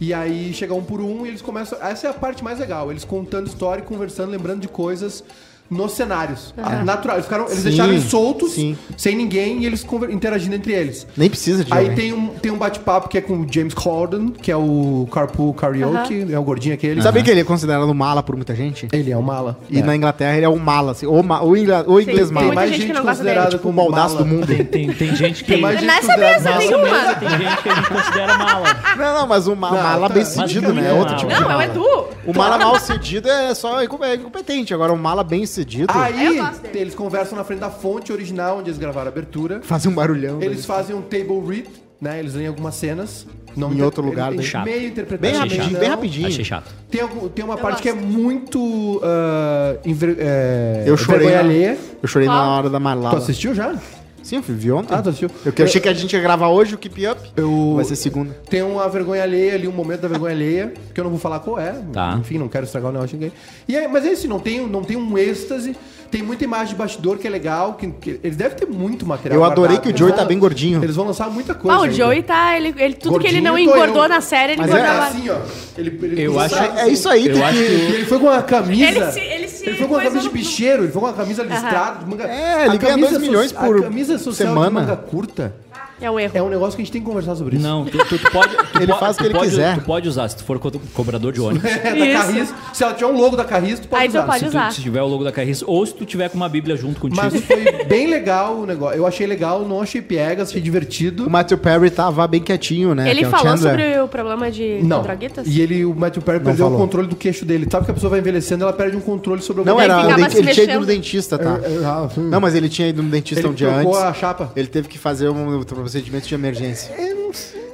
E aí chega um por um e eles começam... Essa é a parte mais legal, eles contando história e conversando, lembrando de coisas nos cenários. Ah, Natural, eles, ficaram, eles É. Sim, deixaram eles soltos, sim. sem ninguém, e eles conver- interagindo entre eles. Nem precisa de Aí alguém. tem um, tem um bate-papo que é com o James Corden, que é o Carpool Karaoke, é o gordinho aquele. Sabia que ele é considerado mala por muita gente? Ele é o mala. E É. na Inglaterra ele é o mala, assim, ou, ma, ou ingla- ou inglês Sim, mala. tem muita mais gente que gente, não gosta dele. considerada tipo o como baldaço mala. do mundo. Tem, tem, tem gente que. Tem mais tem gente Nessa considerada mesa mala. tem nenhuma. gente que a gente considera mala. Não, não, mas o ma- Não, mala tá- bem mas cedido, também né? é É outro mala. tipo de Não, é o mala. Edu. O mala mal cedido é só incom- é incompetente. Agora, o mala bem cedido Aí Eu gosto dele. eles conversam na frente da fonte original onde eles gravaram a abertura. faz um barulhão. Eles fazem um table read, né? Eles leem algumas cenas. Não Em inter- outro lugar, ele- daí. ele Chato. Meio Bem interpretado. rapidinho, não. bem rapidinho. Achei chato. Tem, algum- tem uma Eu parte que é gosto. muito. ah, enver- é, Eu chorei. vergonha Na, alheia. eu chorei na Qual? hora da Tu Marlada. assistiu já? Sim, eu vi ontem. Ah, tu assistiu. Eu, que- eu achei que a gente ia gravar hoje o Keep Up. Eu- Vai ser segunda. Tem uma vergonha alheia ali, um momento da vergonha alheia, que eu não vou falar qual é. Tá. Enfim, não quero estragar o negócio de ninguém. E aí, mas é isso, não tem, não tem um êxtase. Tem muita imagem de bastidor que é legal. Que, que- eles devem ter muito material. Eu adorei que o Eles Joey vão- tá bem gordinho. Eles vão lançar muita coisa. Ah, o ainda. Joey tá. Ele, ele- tudo que ele Gordinho não tô eu. engordou na série, ele Mas Mas é engordou lá. assim, ó. Ele, ele Eu ele acho- sai- É isso aí, Eu tem acho que... E ele foi com uma camisa. Ele se- ele se foi com uma coisou camisa de no- bicheiro, ele foi com uma camisa listrada. de manga- É, ele a ganha camisa dois milhões soci- por A camisa social de semana. manga curta É um erro. é um negócio que a gente tem que conversar sobre isso. Não, tu, tu- tu pode. tu Ele po- faz o tu que ele pode- quiser. Tu pode usar, se tu for co- cobrador de ônibus. É, [LAUGHS] da Isso. Carris. Se ela tiver um logo da Carris, tu pode Aí tu usar. pode se, usar. tu, se tiver o logo da Carris, ou se tu tiver com uma bíblia junto contigo. Mas foi bem legal o negócio. Eu achei legal, não achei piegas, achei divertido. O Matthew Perry tava bem quietinho, né? ele que é o falou Chandler. sobre o problema de Não. droguitas? E ele, o Matthew Perry perdeu falou. o controle do queixo dele. Sabe que a pessoa vai envelhecendo, ela perde um controle sobre o Não, corpo. era, ficava o dente- se ele tinha ido mexendo. no dentista, tá? É, é, é, Não, mas ele tinha ido no assim. dentista Ele um dia trocou antes. a chapa. É, Ele teve que fazer um procedimento de emergência.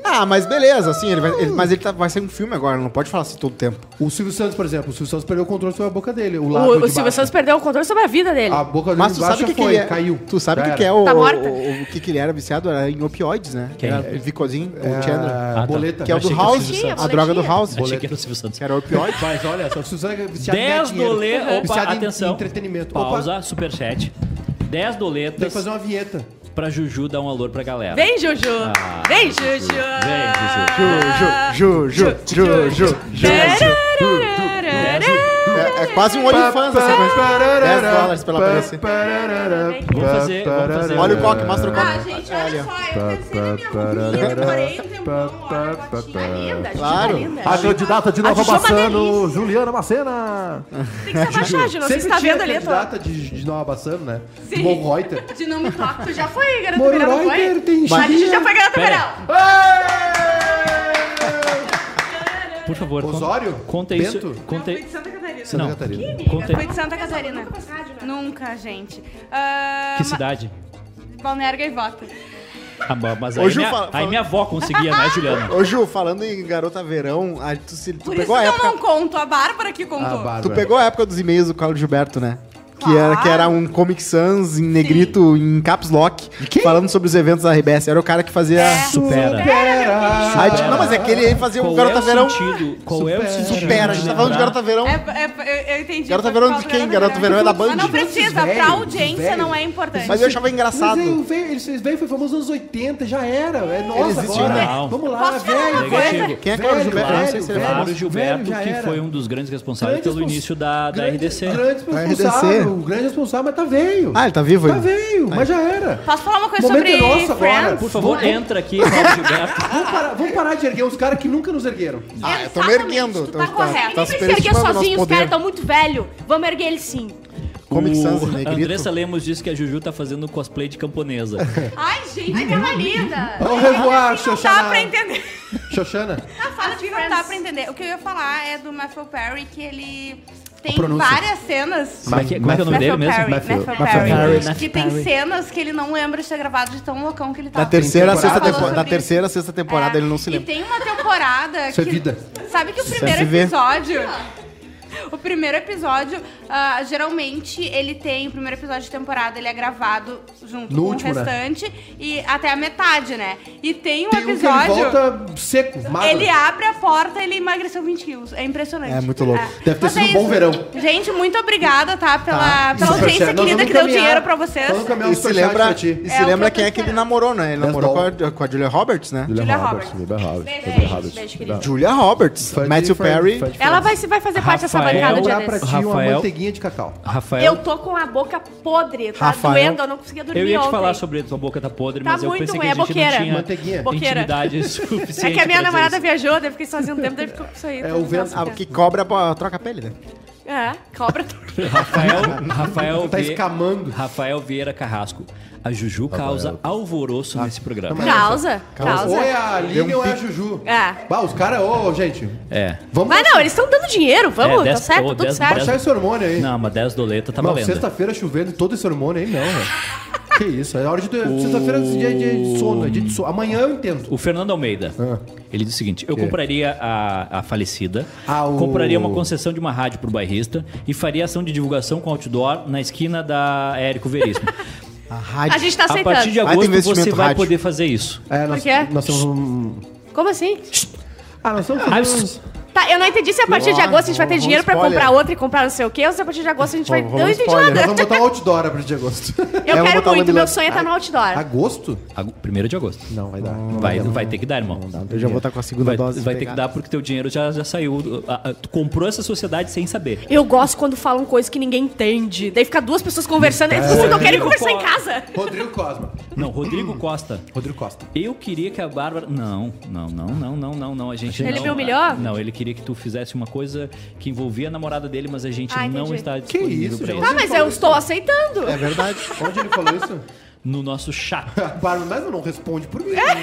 Ah, mas beleza, assim, ele vai, ele- mas ele tá- vai ser um filme agora, não pode falar assim todo tempo. O Silvio Santos, por exemplo, o Silvio Santos perdeu o controle sobre a boca dele. O, O, lado o de Silvio baixo. Santos perdeu o controle sobre a vida dele. A boca dele Mas tu de baixo sabe o que, que foi, ele é, caiu. Tu sabe o Já que, que é era. o, Tá morta. o, o que, que ele era viciado? Era em opioides, né? Quem? Era o Vicozinho, o Chandler. tá. A Ah, boleta. Que é o achei do que era o House, Silvio Santos. a droga do House. Achei que era o Silvio Santos. Que era opioide. Mas olha só, o Silvio Santos é viciado em ganhar 10 dinheiro. Uhum. doletas. Opa, Viciado em- atenção. Em entretenimento. Pausa, Opa, superchat. 10 tem que doletas fazer uma vinheta. pra Juju dar um alô pra galera. Vem, Juju! Vem, Juju! Vem, Ju, ju, ju, ju, ju, ju. É, é quase um OnlyFans essa assim, coisa. 10 dólares pra ela aparecer. Vamos fazer- vamos um fazer- Olha o coque, mostra o Ah, coque. gente, olha só, eu cansei da minha mãozinha, parei um tempão, olha, a fotinha linda, a Claro. Juju linda. A candidata de A Nova Juju é uma Bassano, delícia. Juliana Macena. Tem que se abaixar, Juju, não sei se tá tinha vendo ali. Tô... candidata de, de Nova Bassano, né? Sim. Bom [LAUGHS] Reuter. De não me toque, tu já foi garota Moro Viral, não foi? Reuter tem A Juju chia. já foi garota Pera. Viral. Por favor, con- Osório? conta Bento? isso. Não, Conta fui de Santa Catarina. Santa Não. Catarina. Conta Fui de Santa Catarina. Nunca, gente. Ah, Que cidade? Balneário Gaivota. Ah, mas Ô, aí, Ju, minha, fala- aí fala- minha avó conseguia, né, Juliana? Ô Ju, falando em Garota Verão, a- tu, se- tu Por isso que pegou a eu época... não conto, a Bárbara que contou. Ah, Bárbara. Tu pegou a época dos e-mails do Carlos Gilberto, né? Que Claro. era, que era um Comic Sans em negrito, em caps lock, falando sobre os eventos da RBS. Era o cara que fazia. É. Supera. Supera. Aí, tipo, não, mas é que ele fazia o Qual Garota é o Verão. sentido? Qual é o Supera. sentido? Supera, a gente tá falando lembrar? de Garota Verão. É, é, eu, eu entendi. Garota foi Verão por de causa quem? do Garota Verão é da Band. Mas Ah, não precisa, Velho, pra audiência velho. não é importante. Mas eu achava Mas engraçado. é veio, veio, eles fez- veio, foi famoso nos anos 80, já era. É nossa existe agora. é, não. Vamos lá, Posso falar uma velho. coisa? velho, né? Quem é Carlos velho, Gilberto? Eu não sei se ele é velho, Claro, velho, Gilberto, já que era. foi um dos grandes responsáveis pelo Grande respons- início da, da grande- RDC. Grande responsável, o grande responsável, mas tá veio. Ah, ele tá vivo Tá ainda? veio, mas já era. Posso falar uma coisa Momento é sobre nosso agora. Friends? Por favor, Vamos- entra aqui, [LAUGHS] Paulo Gilberto. Vamos parar, vamos parar de erguer os caras que nunca nos ergueram. Ah, eu tô me Exatamente, erguendo. tu Tô- tá correto. tá Ninguém vai se erguer superestimando o nosso sozinho, os poder. caras estão muito velhos. Vamos erguer ele sim. Comic Sans em O negrito. Andressa Lemos disse que a Juju tá fazendo cosplay de [LAUGHS] camponesa. Ai, gente, que coisa linda. Au revoir, Assim não Xoxana. dá pra entender. Xoxana, um A fala de não dá pra entender. O que eu ia falar é do Matthew Perry, que ele tem pronúncia. várias cenas. Como é que, como é que é o nome dele Matthew mesmo? Perry, Matthew- Matthew Matthew Perry. Perry, Que tem cenas que ele não lembra de ter gravado de tão loucão que ele tá. Da terceira à Tem temporada. sexta Falou temporada. Da sobre terceira à sexta temporada É, ele não se lembra. E tem uma temporada Isso é que... vida. Sabe que o é primeiro se ver. episódio... O primeiro episódio, ah, geralmente, ele tem... O primeiro episódio de temporada, ele é gravado junto No com último, o né? restante. E até a metade, né? E tem um tem um que ele episódio... volta seco, magro. Ele abre a porta e ele emagreceu 20 quilos. É impressionante. É muito louco. É. Deve ter Mas sido é um bom isso. verão. Gente, muito obrigada, tá? Pela, Superchat. pela audiência Nós querida vamos que deu caminhar- dinheiro pra vocês. Vamos caminhar E os se lembra, pra ti. e É se o que lembra eu tô quem é que ele esperando. namorou, né? Ele namorou com dólares. a, com a Julia Roberts, né? Julia Roberts. Beijo, beijo, querido. Julia Roberts, Faz Matthew diferente, Perry. faz diferente. Ela vai, vai fazer parte dessa Rafael, bancada Vou um dia dar É, pra desse. ti uma Rafael. manteiguinha de cacau. Rafael, Eu tô com a boca podre, tá Rafael. doendo, eu não conseguia dormir eu ia te ontem. falar sobre tua boca tá podre, Tá mas eu muito pensei que ruim, a é gente boqueira. não Manteiguinha. tinha Boqueira. [LAUGHS] intimidade [LAUGHS] É suficiente que pra a minha dizer namorada isso. viajou, daí eu fiquei sozinha um tempo, daí ficou com isso aí. tá É o vento. Ah, que cobra pô, troca a pele, né? É, cobra. Rafael, Rafael, Tá Vie- escamando. Rafael Vieira Carrasco. A Juju causa Ah. alvoroço nesse programa. Causa, Ou é causa. a Aline um ou é a Juju. É. Bah, os caras, ô, gente. É. Vamos Mas não, eles estão dando dinheiro, É, vamos, tá dez- certo, ô, tudo dez- certo. dez- baixar esse hormônio aí. Não, mas 10 doleta tá Não, valendo. sexta-feira chovendo, todo esse hormônio aí não, velho. Que isso, é hora de. Sexta-feira é dia de sono, é dia de sono. Amanhã eu entendo. O Fernando Almeida. Ah. Ele disse o seguinte: eu Quê? compraria a, a falecida, Ah, o- compraria uma concessão de uma rádio pro bairrista e faria ação de divulgação com outdoor na esquina da Érico Veríssimo. A A rádio. gente tá a [LAUGHS] aceitando. partir de Vai ter agosto investimento você vai rádio. poder fazer isso. É, Por quê? nós temos um. Como assim? Ah, nós estamos Ah, fazendo. um- isso- Tá, eu não entendi se a partir de Ó, agosto a gente vai ter rolou dinheiro pra spoiler. comprar outra e comprar não sei o quê, ou se a partir de agosto a gente vai. Rolou Não entendi spoiler. Nós nada. vamos botar um outdoor a partir de agosto. Eu É, eu vou quero botar muito, uma meu bila- sonho é tá no outdoor. Agosto? Ag- Primeiro de agosto. Não, vai dar. então Vai, vai ter que dar, irmão. Eu já vou estar com a segunda Vai, dose. vai ter que pegada. dar porque teu dinheiro já, já saiu. Ah, ah, Tu comprou essa sociedade sem saber. Eu gosto quando falam coisas que ninguém entende. Daí fica duas pessoas conversando e É. vocês não querem conversar em casa. Rodrigo Cosma. Não, [CLEARS THROAT] Rodrigo Costa. Rodrigo Costa. Eu queria que a Bárbara. Não, não, não, não, não, não, não. A gente Ele não- me humilhou? Não, ele queria que tu fizesse uma coisa que envolvia a namorada dele, mas a gente Ah, entendi. não está Que disponível isso, pra gente? ele. Tá, mas eu estou aceitando. É verdade. Onde ele falou isso? No nosso [LAUGHS] chat. Bárbara, mas não responde por mim. [LAUGHS] É.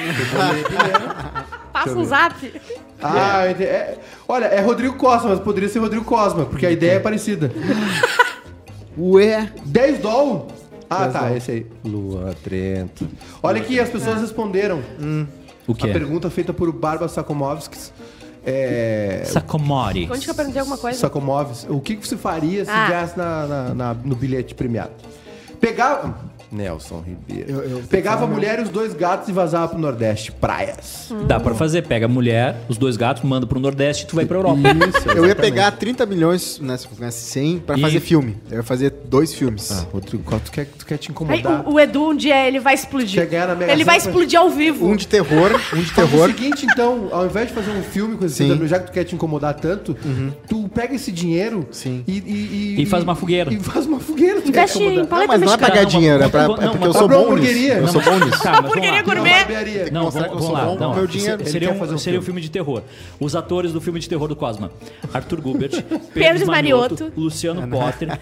Passa um zap. Ah, eu entendi. É- olha, é Rodrigo Cosma, mas poderia ser Rodrigo Cosma, porque a ideia é parecida. Ué. 10 doll? Ah, tá, esse aí. Lua Trento. Hum. Olha aqui, as pessoas responderam. O que a é? pergunta feita por Barba Sakomovskis. É. Sacomori. Onde que eu perguntei alguma coisa? Sakomovs, o que que você faria se Ah. ganhasse na, na- na- no bilhete premiado? Pegava. Nelson Ribeiro. Eu- eu- Pegava a mulher e os dois gatos e vazava pro Nordeste. Praias. é? Dá pra fazer. Pega a mulher, os dois gatos, manda pro Nordeste e tu vai pra Europa. Isso, Eu ia exatamente. pegar 30 milhões, né, se eu ganhasse 100, pra E- fazer filme. Eu ia fazer dois filmes. Ah, Rodrigo, Costa, tu quer, tu quer te Aí, incomodar? o, o Edu um dia ele vai explodir. Quer ganhar na Mega ele vai Sena? explodir ao vivo. Um de terror, um de Faz o terror. seguinte, então, ao invés de fazer um filme com esse Sim. Uhum. já que tu quer te incomodar tanto, tu pega esse dinheiro Sim. E, e- E faz uma fogueira. E faz uma fogueira. Tu quer te Investe em incomodar. Não, paleta mas não é mexicana. pagar dinheiro, é, pra, Não, é porque eu mas- sou Pra bom nisso. hamburgueria. Eu Não, sou mas- bom nisso. Tá, mas vamos Hamburgueria lá. gourmet. Uma barbearia. Não, mostrar vamos, que eu vamos sou lá. bom com não, meu se- dinheiro. Ele Seria, quer um, fazer um seria um filme. filme de terror. Os atores do filme de terror do Cosma. Arthur Gubert, Pedro, [LAUGHS] Mariotto, Pedro Mariotto, Luciano Potter,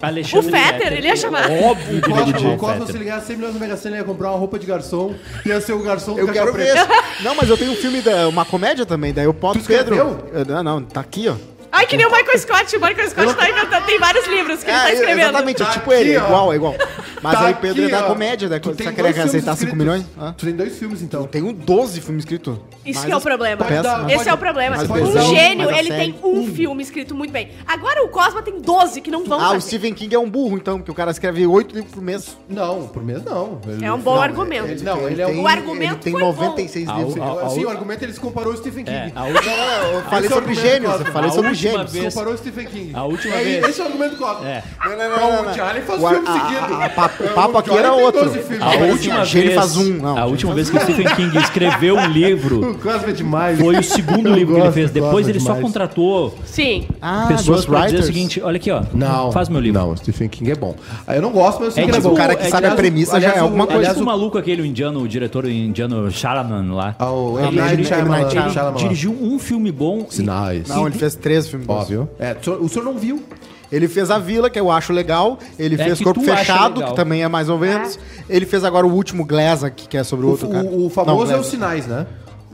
Alexandre O Fetter, Letter. ele ia chamar. Óbvio que O ele ia Cosmo, chamar o é o Cosmo, se Fetter. ele ganhasse 100 milhões na Mega Sena, ele ia comprar uma roupa de garçom, ia ser o garçom do Eu Caixa quero Preta. ver. esse. um Não, mas eu tenho um filme, da, uma comédia também, daí eu posso. Tu Pedro. escreveu? Eu- Não, não, tá aqui, ó. Ai, que nem o Michael Scott. O Michael Scott tá inventando. Tem vários livros que ele tá É, escrevendo. exatamente, é Tá tipo aqui, ele, é ó. igual, é igual. Mas Tá aí o Pedro aqui, é da ó. comédia, da Tu coisa. tem Será que ele dois ia aceitar filmes 5 inscritos. milhões? Ah. Hã? Tu tem dois filmes, então. Eu tenho 12 filmes escritos. Isso Mas assim, que é o as- problema. Pode dar, Mas Esse é o pode- problema. mas pode Um dar um, gênio, mas a ele série- tem um filme escrito muito bem. Agora o Cosma tem 12 que não vão Ah, o fazer. Stephen King é um burro, então, porque o cara escreve 8 livros por mês. Não, por mês não. Ele- É um bom Não, argumento. ele- não, ele é um- tem- O argumento Ele tem foi bom. 96 Ah, livros. o- a- Assim, a- o argumento ele se comparou ao Stephen King. É, a última- Eu falei Esse é sobre argumento, gênios, eu Cosmo. falei A sobre última gênios. vez- Se comparou ao Stephen King. A última É, vez- Esse é o argumento Cosmo. É. Não, não, Pra não, onde? não. Ah, ele faz O- filme a- seguido. a- a- papo- O papo O aqui era Johnny tem outro. 12 filmes. A A Mas última última vez, gênio faz um. Não, a gênio última faz vez que o Stephen King escreveu um livro O Cosmo é demais. foi o segundo Eu livro que ele gosto, fez. Depois gosto ele só demais. contratou Sim. pessoas Ah, pra dizer o Ghostwriters. seguinte: olha aqui, ó. Não. Faz meu livro. Não, o Stephen King é bom. Ah, Eu não gosto, mas eu sei É que ele é tipo bom. o cara que É, sabe a aliás, premissa já aliás, é o- alguma coisa. Aliás, Aliás, o o maluco aquele, o indiano, o diretor indiano Shalaman lá. Ah, o ele, M. Night ele- Shyamalan. ele Shyamalan. dirigiu um filme bom. e- Sinais. Não, ele fez três filmes. bons. Óbvio. É, o senhor- o senhor não viu. Ele fez A Vila, que eu acho legal. Ele É fez que Corpo tu acha Fechado, legal. que também é mais ou menos. Ele fez agora o último Glass aqui, que é sobre o outro o, cara. o famoso é Glass. os sinais, né?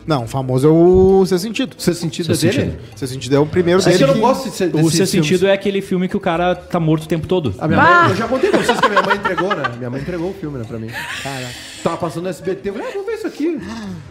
Não, o famoso é o Seu Sentido. Seu sentido Seu é dele? Sentido. Seu Sentido é o primeiro É que dele. eu não que- gosto de ser, O desses seu filmes. sentido é aquele filme que o cara tá morto o tempo todo. A minha mãe, eu já contei pra vocês que a minha mãe entregou, né? Minha mãe entregou o filme, né, pra mim. Cara, tava passando no SBT, eu falei, ah, vamos ver isso aqui.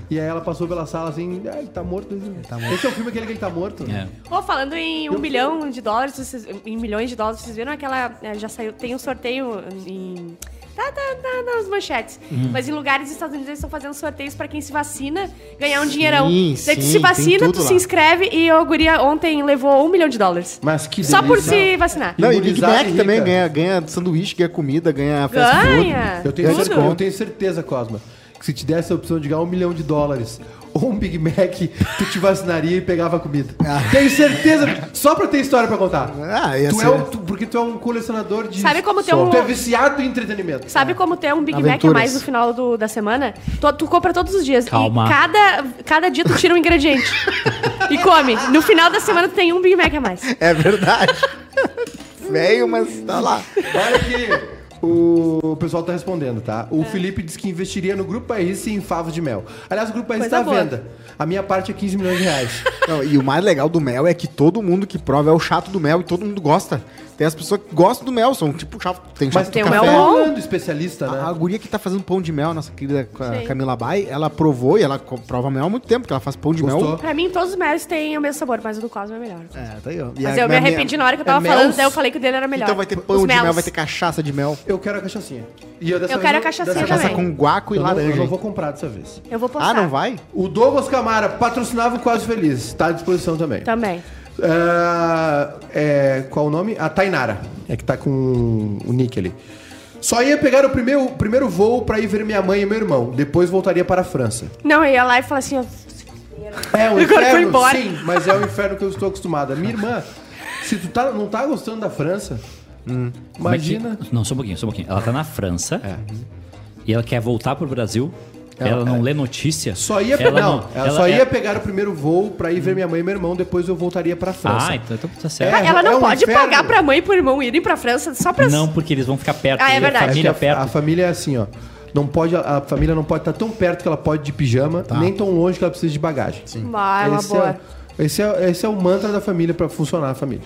E aí ela passou pela sala assim, ah, ele tá morto. Ele tá morto. Esse é o filme aquele que ele tá morto. É. Ô, falando em um bilhão de dólares, vocês- em milhões de dólares, vocês viram aquela. é, Já saiu, tem um sorteio em. Tá, tá, tá nas manchetes. Uhum. Mas em lugares dos Estados Unidos eles estão fazendo sorteios pra quem se vacina ganhar um dinheirão. Sim, Daí tu sim, se tem vacina, tudo tu lá. se inscreve e a guria ontem levou um milhão de dólares. Mas que Só por delícia. se vacinar. Não, e Big Imunizada e Mac rica. também ganha, ganha sanduíche, ganha comida, ganha fast Ganha! Eu tenho, tudo. certeza, eu tenho certeza, Cosma, que se te desse a opção de ganhar um milhão de dólares ou um Big Mac, tu te vacinaria e pegava a comida. Tenho certeza, só pra ter história pra contar. Ah, ia tu ser. é um, [LAUGHS] tu- Porque tu é um colecionador de... Sabe como ter um- Tu é viciado em entretenimento. Sabe como ter um Big Mac a Aventuras. mais no final do- da semana? Tu, tu compra todos os dias. Calma. E cada, cada dia tu tira um ingrediente. e come. No final da semana tu tem um Big Mac a mais. [LAUGHS] food. É verdade. Veio, mas tá lá. Olha aqui. O pessoal tá respondendo, tá? É. O Felipe disse que investiria no Grupo RS em favos de mel. Aliás, o Grupo RS Coisa tá à boa. venda. A minha parte é 15 milhões de reais. Não, e o mais legal do mel é que todo mundo que prova é o chato do mel e todo mundo gosta. Tem as pessoas que gostam do mel, são tipo chato. Tem chato Mas do tem tem o um café. mel mel bom. rolando, especialista, né? A, a guria que tá fazendo pão de mel, nossa querida Ca- Sim. Camila Bai, ela provou e ela co- prova mel há muito tempo, que ela faz pão de Gostou? mel. Pra mim, todos os melos têm o mesmo sabor, mas o do Cosmo é melhor. É, tá aí, ó. E Mas a- eu me a- arrependi na hora que eu é tava melos? falando, daí eu falei que o dele era melhor. Então vai ter Os pão de mel, melos. vai ter cachaça de mel. Eu quero a cachaçinha. E dessa Eu vez quero a dessa cachaçinha vez- Cachaça também. com guaco e Eu não- laranja. Eu não hein? vou comprar dessa vez. Eu vou postar. Ah, não vai? O Douglas Camara patrocinava o Quase Feliz. Tá à disposição também. Também. Ah, é, qual o nome? A Tainara. É que tá com o nick ali. Só ia pegar o primeiro, o primeiro voo pra ir ver minha mãe e meu irmão. Depois voltaria para a França. Não, eu ia lá e falava assim, ó, É um [LAUGHS] Agora inferno, foi embora. sim, mas é o inferno que eu estou acostumada. Minha irmã, se tu tá- não tá gostando da França, Como é que- imagina... É. Não, só um pouquinho, só um pouquinho. Ela tá na França e ela quer voltar pro Brasil. Ela, não lê notícia. Só ia, pe- ela não, ela só é- ia pegar o primeiro voo pra ir ver minha mãe e meu irmão, depois eu voltaria pra França. Ah, então, então tá É, certo. Ah, ela não é um pode inferno. pagar pra mãe e pro irmão irem pra França só pra. Não, porque eles vão ficar perto. Ah, é e A verdade. É que família a, perto. a família é assim, ó. Não pode, a, a família não pode estar tão perto que ela pode de pijama, Tá. nem tão longe que ela precisa de bagagem. Sim. Vai, Ah, uma Esse é, boa. esse, é, esse é o mantra da família pra funcionar a família.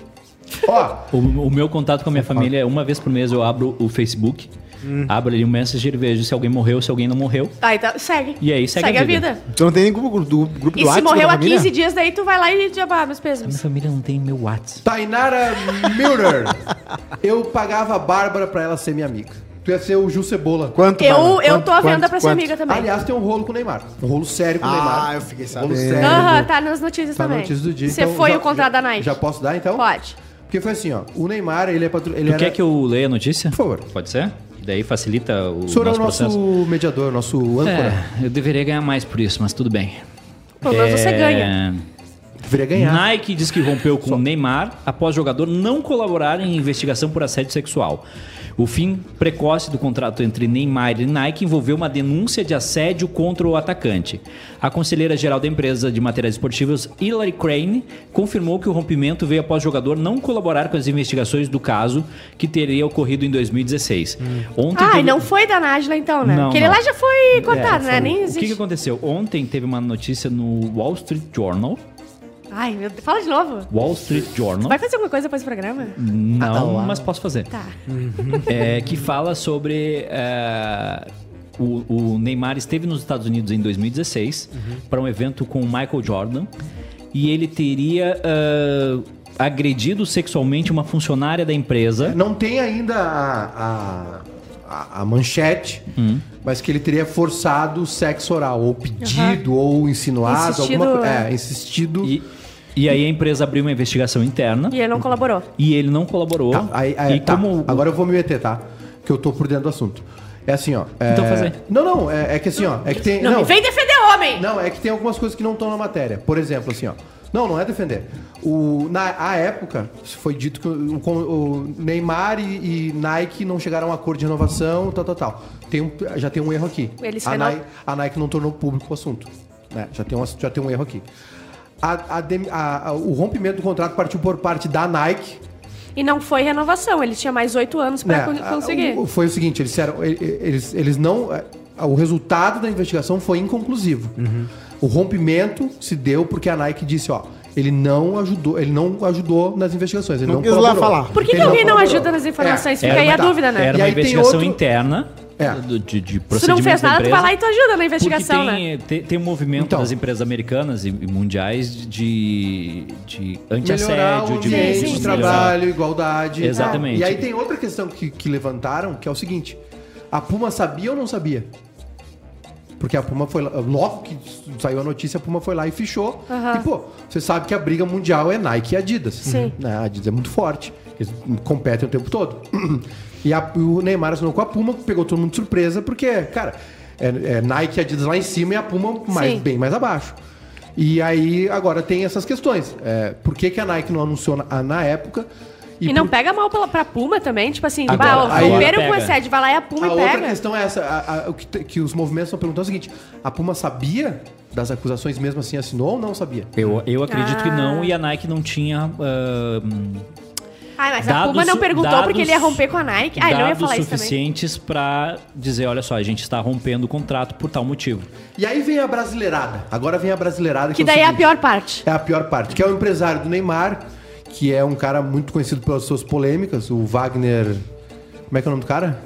Ó, O, o meu contato com a minha família é uma vez por mês eu abro o Facebook, Hum. abro ali um Messenger e vejo se alguém morreu, se alguém não morreu. Tá, então segue. E aí, segue a vida. Tu Então não tem nem grupo do grupo E do se WhatsApp morreu da há família? 15 dias, daí tu vai lá e já ah, meus A minha pesos. família não tem meu WhatsApp. Tainara Miller. Eu pagava a Bárbara pra ela ser minha amiga. Tu ia ser o Gil Cebola. Quanto, Eu, Bárbara? eu Quanto, tô à venda quanto, pra ser quanto? amiga também. Aliás, tem um rolo com o Neymar. Um rolo sério com o Ah, Neymar. Um eu fiquei Rolo sabendo. sério. Aham, tá nas notícias Tá na também. notícia do dia. Você então foi já- o contrato já- da Nike. Já posso dar, então? Pode. Porque foi assim, ó. O Neymar, ele é patro... ele Tu era... quer que eu leia a notícia? Por favor. Pode ser? Daí facilita o O senhor é o nosso nosso processo. mediador, nosso âncora. É, eu deveria ganhar mais por isso, mas tudo bem. Pelo menos você É, ganha. Deveria ganhar. Nike diz que rompeu com o Neymar após jogador não colaborar em investigação por assédio sexual. O fim precoce do contrato entre Neymar e Nike envolveu uma denúncia de assédio contra o atacante. A conselheira-geral da empresa de materiais esportivos, Hillary Crane, confirmou que o rompimento veio após o jogador não colaborar com as investigações do caso que teria ocorrido em 2016. Ontem Ah, e teve- não foi da Nájila então, né? Não, Porque ele não. lá já foi cortado, É, foi. né? Nem O que, que existe. aconteceu? Ontem teve uma notícia no Wall Street Journal. Ai, meu Deus. Fala de novo. Wall Street Journal. Vai fazer alguma coisa depois do programa? Ah, Não, mas posso fazer. Tá. [LAUGHS] É, que fala sobre. é, o, o Neymar esteve nos Estados Unidos em 2016 Uhum. para um evento com o Michael Jordan e ele teria é, agredido sexualmente uma funcionária da empresa. Não tem ainda a, a, a- a manchete, Hum. mas que ele teria forçado o sexo oral, ou pedido, ou insinuado, Insistido, alguma coisa. é. É, insistido. E, e aí a empresa abriu uma investigação interna E ele não colaborou. e ele não colaborou. Tá, aí- aí- e tá, como o- Agora eu vou me meter, tá? Que eu tô por dentro do assunto. É assim, ó. é- Então faz aí. Não, não, é, é que assim, ó. É que tem. Não, não. me vem defender homem! Não, é que tem algumas coisas que não estão na matéria. Por exemplo, assim, ó. Não, não é defender. O, na a época, foi dito que o, o Neymar e, e Nike não chegaram a um acordo de renovação, tal, tal, tal. Tem um- já tem um erro aqui. Eles a, renov- Nike, a Nike não tornou público o assunto. né? Já, tem um, ass- já tem um erro aqui. A- a dem- a- a- o rompimento do contrato partiu por parte da Nike, E não foi renovação. Ele tinha mais oito anos pra né, con- a- conseguir. o- foi o seguinte, eles disseram, e- e- eles, eles não, a- o resultado da investigação foi inconclusivo. O rompimento se deu porque a Nike disse, ó, ele não ajudou, ele não ajudou nas investigações, ele não, Não quis lá colaborou. falar. Por que, que Ele alguém não, colaborou. ajuda nas informações? É, Fica aí era a uma- dúvida, né? Era E uma aí tem investigação outro- interna É. do- de, de Se tu não procedimentos fez da nada, tu vai empresa. lá e tu ajuda na Porque investigação, né? tem, tem, tem um movimento Então. das empresas americanas e, e mundiais de, de melhorar o anti-assédio, de ambiente sim, de sim. trabalho, igualdade. Exatamente. E aí tem outra questão que, que levantaram, que é o seguinte: a Puma sabia ou não sabia? Porque a Puma foi lá, logo que saiu a notícia, a Puma foi lá e fechou. Aham. E, pô, você sabe que a briga mundial é Nike e Adidas. Sim. Né, A Adidas é muito forte. Eles competem o tempo todo. E a- o Neymar assinou com a Puma, que pegou todo mundo de surpresa, porque, cara, é, é Nike e Adidas lá em cima e a Puma mais, Sim. bem mais abaixo. E aí, agora tem essas questões. É, por que, que a Nike não anunciou na, na época? E não por- pega mal pela, pra Puma também? Tipo assim, Agora- bah, o aí- primeiro pega. com excede, vai lá e a Puma A e outra pega. questão é essa, a- a- o que, te- que os movimentos estão perguntando é o seguinte, a Puma sabia das acusações mesmo assim, assinou ou não sabia? Eu, eu acredito que Ah. não, e a Nike não tinha. ah, hum, Ai, mas a Puma não perguntou porque ele ia romper com a Nike. Ah, ele não ia dados falar isso também. suficientes pra dizer, olha só, a gente está rompendo o contrato por tal motivo. E aí vem a brasileirada. Agora vem a brasileirada. Que é o daí é a seguinte. pior parte. É a pior parte. Que é o empresário do Neymar, que é um cara muito conhecido pelas suas polêmicas, o Wagner. Como é que é o nome do cara?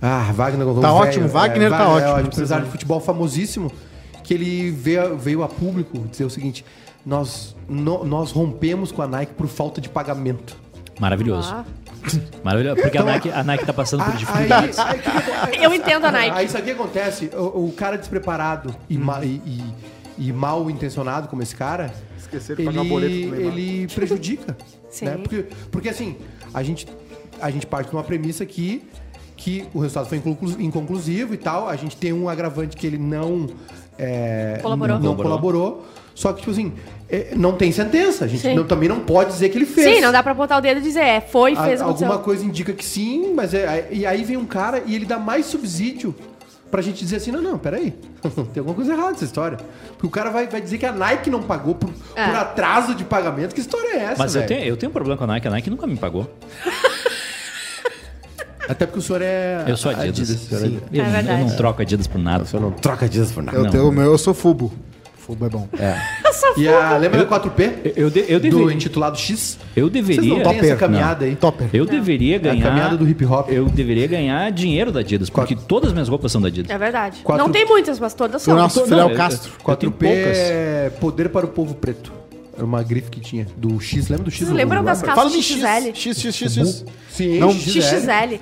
Ah, Wagner Gonçalves. Tá velho. ótimo, Wagner tá Wagner ótimo, É não um precisa- empresário de futebol famosíssimo, que ele veio, veio a público dizer o seguinte: nós, no- nós rompemos com a Nike por falta de pagamento. Maravilhoso. Ah. Maravilhoso. Porque Então, a Nike, a Nike tá passando por Aí- dificuldade. aí- Ah, aí- Ah, Eu entendo a Nike. Aí sabe o que acontece? O, o cara despreparado Hum. e, ma- e- e- e mal intencionado como esse cara, Esqueceram de ele, pagar o boleto pro Neymar. ele prejudica. Sim. né? Porque, porque, assim, a gente, a gente parte de uma premissa que, que o resultado foi inconclu- inconclusivo e tal. A gente tem um agravante que ele não... é, Colaborou. Não colaborou. Só que, tipo assim, é, não tem sentença. A gente Sim. não- também não pode dizer que ele fez. Sim, não dá pra botar o dedo e dizer, é, foi, A- fez, aconteceu. alguma coisa indica que sim, mas é, e aí vem um cara e ele dá mais subsídio pra gente dizer assim, não, não, peraí, [LAUGHS] tem alguma coisa errada nessa história. Porque o cara vai, vai dizer que a Nike não pagou por, É. por atraso de pagamento, que história é essa, Mas eu velho? tenho, eu tenho um problema com a Nike, a Nike nunca me pagou. Até porque o senhor é... Eu sou Adidas. o senhor é Sim. Adidas. Eu, É eu verdade. não troco Adidas por nada. O senhor não troca Adidas por nada. Eu, Não. tenho o meu, eu sou fubo. Fubo é bom. Tá E a, lembra da 4P? Eu, eu, de- eu do deveria. intitulado X? Eu Vocês deveria. não têm essa Topper, caminhada aí? Topper. Eu deveria É a ganhar. caminhada do hip hop. Eu deveria ganhar dinheiro da Adidas, porque todas as minhas roupas são da Adidas. É verdade. Quatro- Não tem muitas, mas todas Pro são. nosso não, Fidel eu- Castro. eu tenho 4P poucas. é Poder para o Povo Preto. Era uma grife que tinha. Do X, lembra do X? Vocês lembram Do das Robert? calças Fala-me XXL? X. X, X, X, X. Sim, Não, XXL.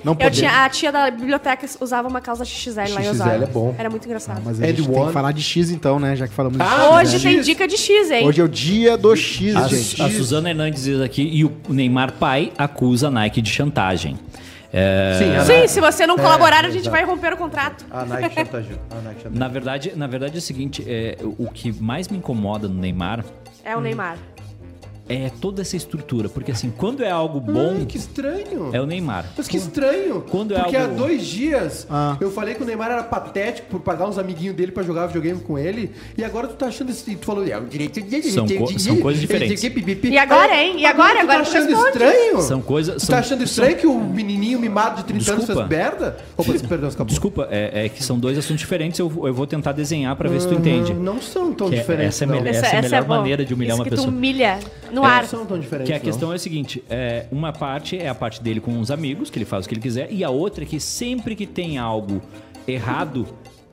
Não eu podemos. tinha, a tia da biblioteca usava uma calça XXL, lá em Osório. XXL é bom. Era muito engraçado. Mas a And gente tem one. que falar de X então, né? Já que falamos de Ah, X, Hoje né? tem X. dica de X, hein? Hoje é o dia do X, A, gente. a Suzana Hernandes diz aqui, e o Neymar pai acusa a Nike de chantagem. É, Sim, a Sim, Nike- se você não colaborar, a gente exato. vai romper o contrato. A Nike chantageou. A Nike chantageou. na verdade, na verdade é o seguinte, é, o o que mais me incomoda no Neymar Hum. É o Neymar. é toda essa estrutura, porque assim, quando é algo bom, Ai, que Tá estranho. é o Neymar. Mas que estranho. Quando é porque algo- há dois dias Ah. eu falei que o Neymar era patético por pagar uns amiguinhos dele pra jogar videogame com ele. E agora tu tá achando isso. Tu falou, é o direito é dele. São tem- co- tem- são coisas tem- diferentes. tem- tem- E agora, hein? E agora? tu Agora tá achando responde. estranho? São coisas- Tu são- tá achando estranho que o menininho mimado de 30 anos Desculpa. fez merda? Opa, perdão, acabou. Desculpa, é, é que são dois assuntos diferentes, eu, eu vou tentar desenhar pra ver se tu entende. Não são tão Que é- diferentes. essa é não. melhor. Essa é a melhor boa. maneira de humilhar Isso uma que pessoa. Tu humilha no Não ar. são tão diferentes. Que a não. questão é o seguinte: é, uma parte é a parte dele com os amigos, que ele faz o que ele quiser, e a outra é que sempre que tem algo errado,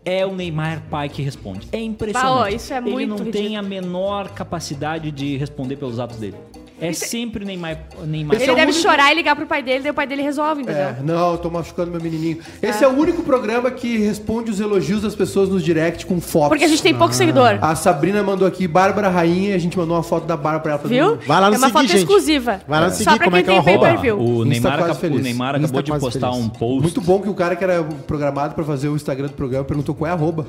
é o Neymar pai que responde. É impressionante. Bah, ó, isso é ele muito não tem ridículo. a menor capacidade de responder pelos atos dele. É sempre o Neymar. o Neymar. Esse Ele é o deve único- chorar e ligar pro pai dele, daí o pai dele resolve, entendeu? É, não, eu tô machucando meu menininho. Ah. Esse é. o único programa que responde os elogios das pessoas nos direct com fotos. Ah, Porque a gente tem Ah. pouco seguidor. A Sabrina mandou aqui, Bárbara Rainha, a gente mandou uma foto da Bárbara pra ela fazer Viu? um- Vai lá no é uma seguir, foto gente. exclusiva. Vai lá no Só seguir, pra como é quem que é o tem Ó, arroba? pay-per-view. o Insta Neymar, quase acabou- o feliz. Neymar Insta acabou de quase postar feliz. um post. Muito bom que o cara que era programado pra fazer o Instagram do programa perguntou qual é a arroba.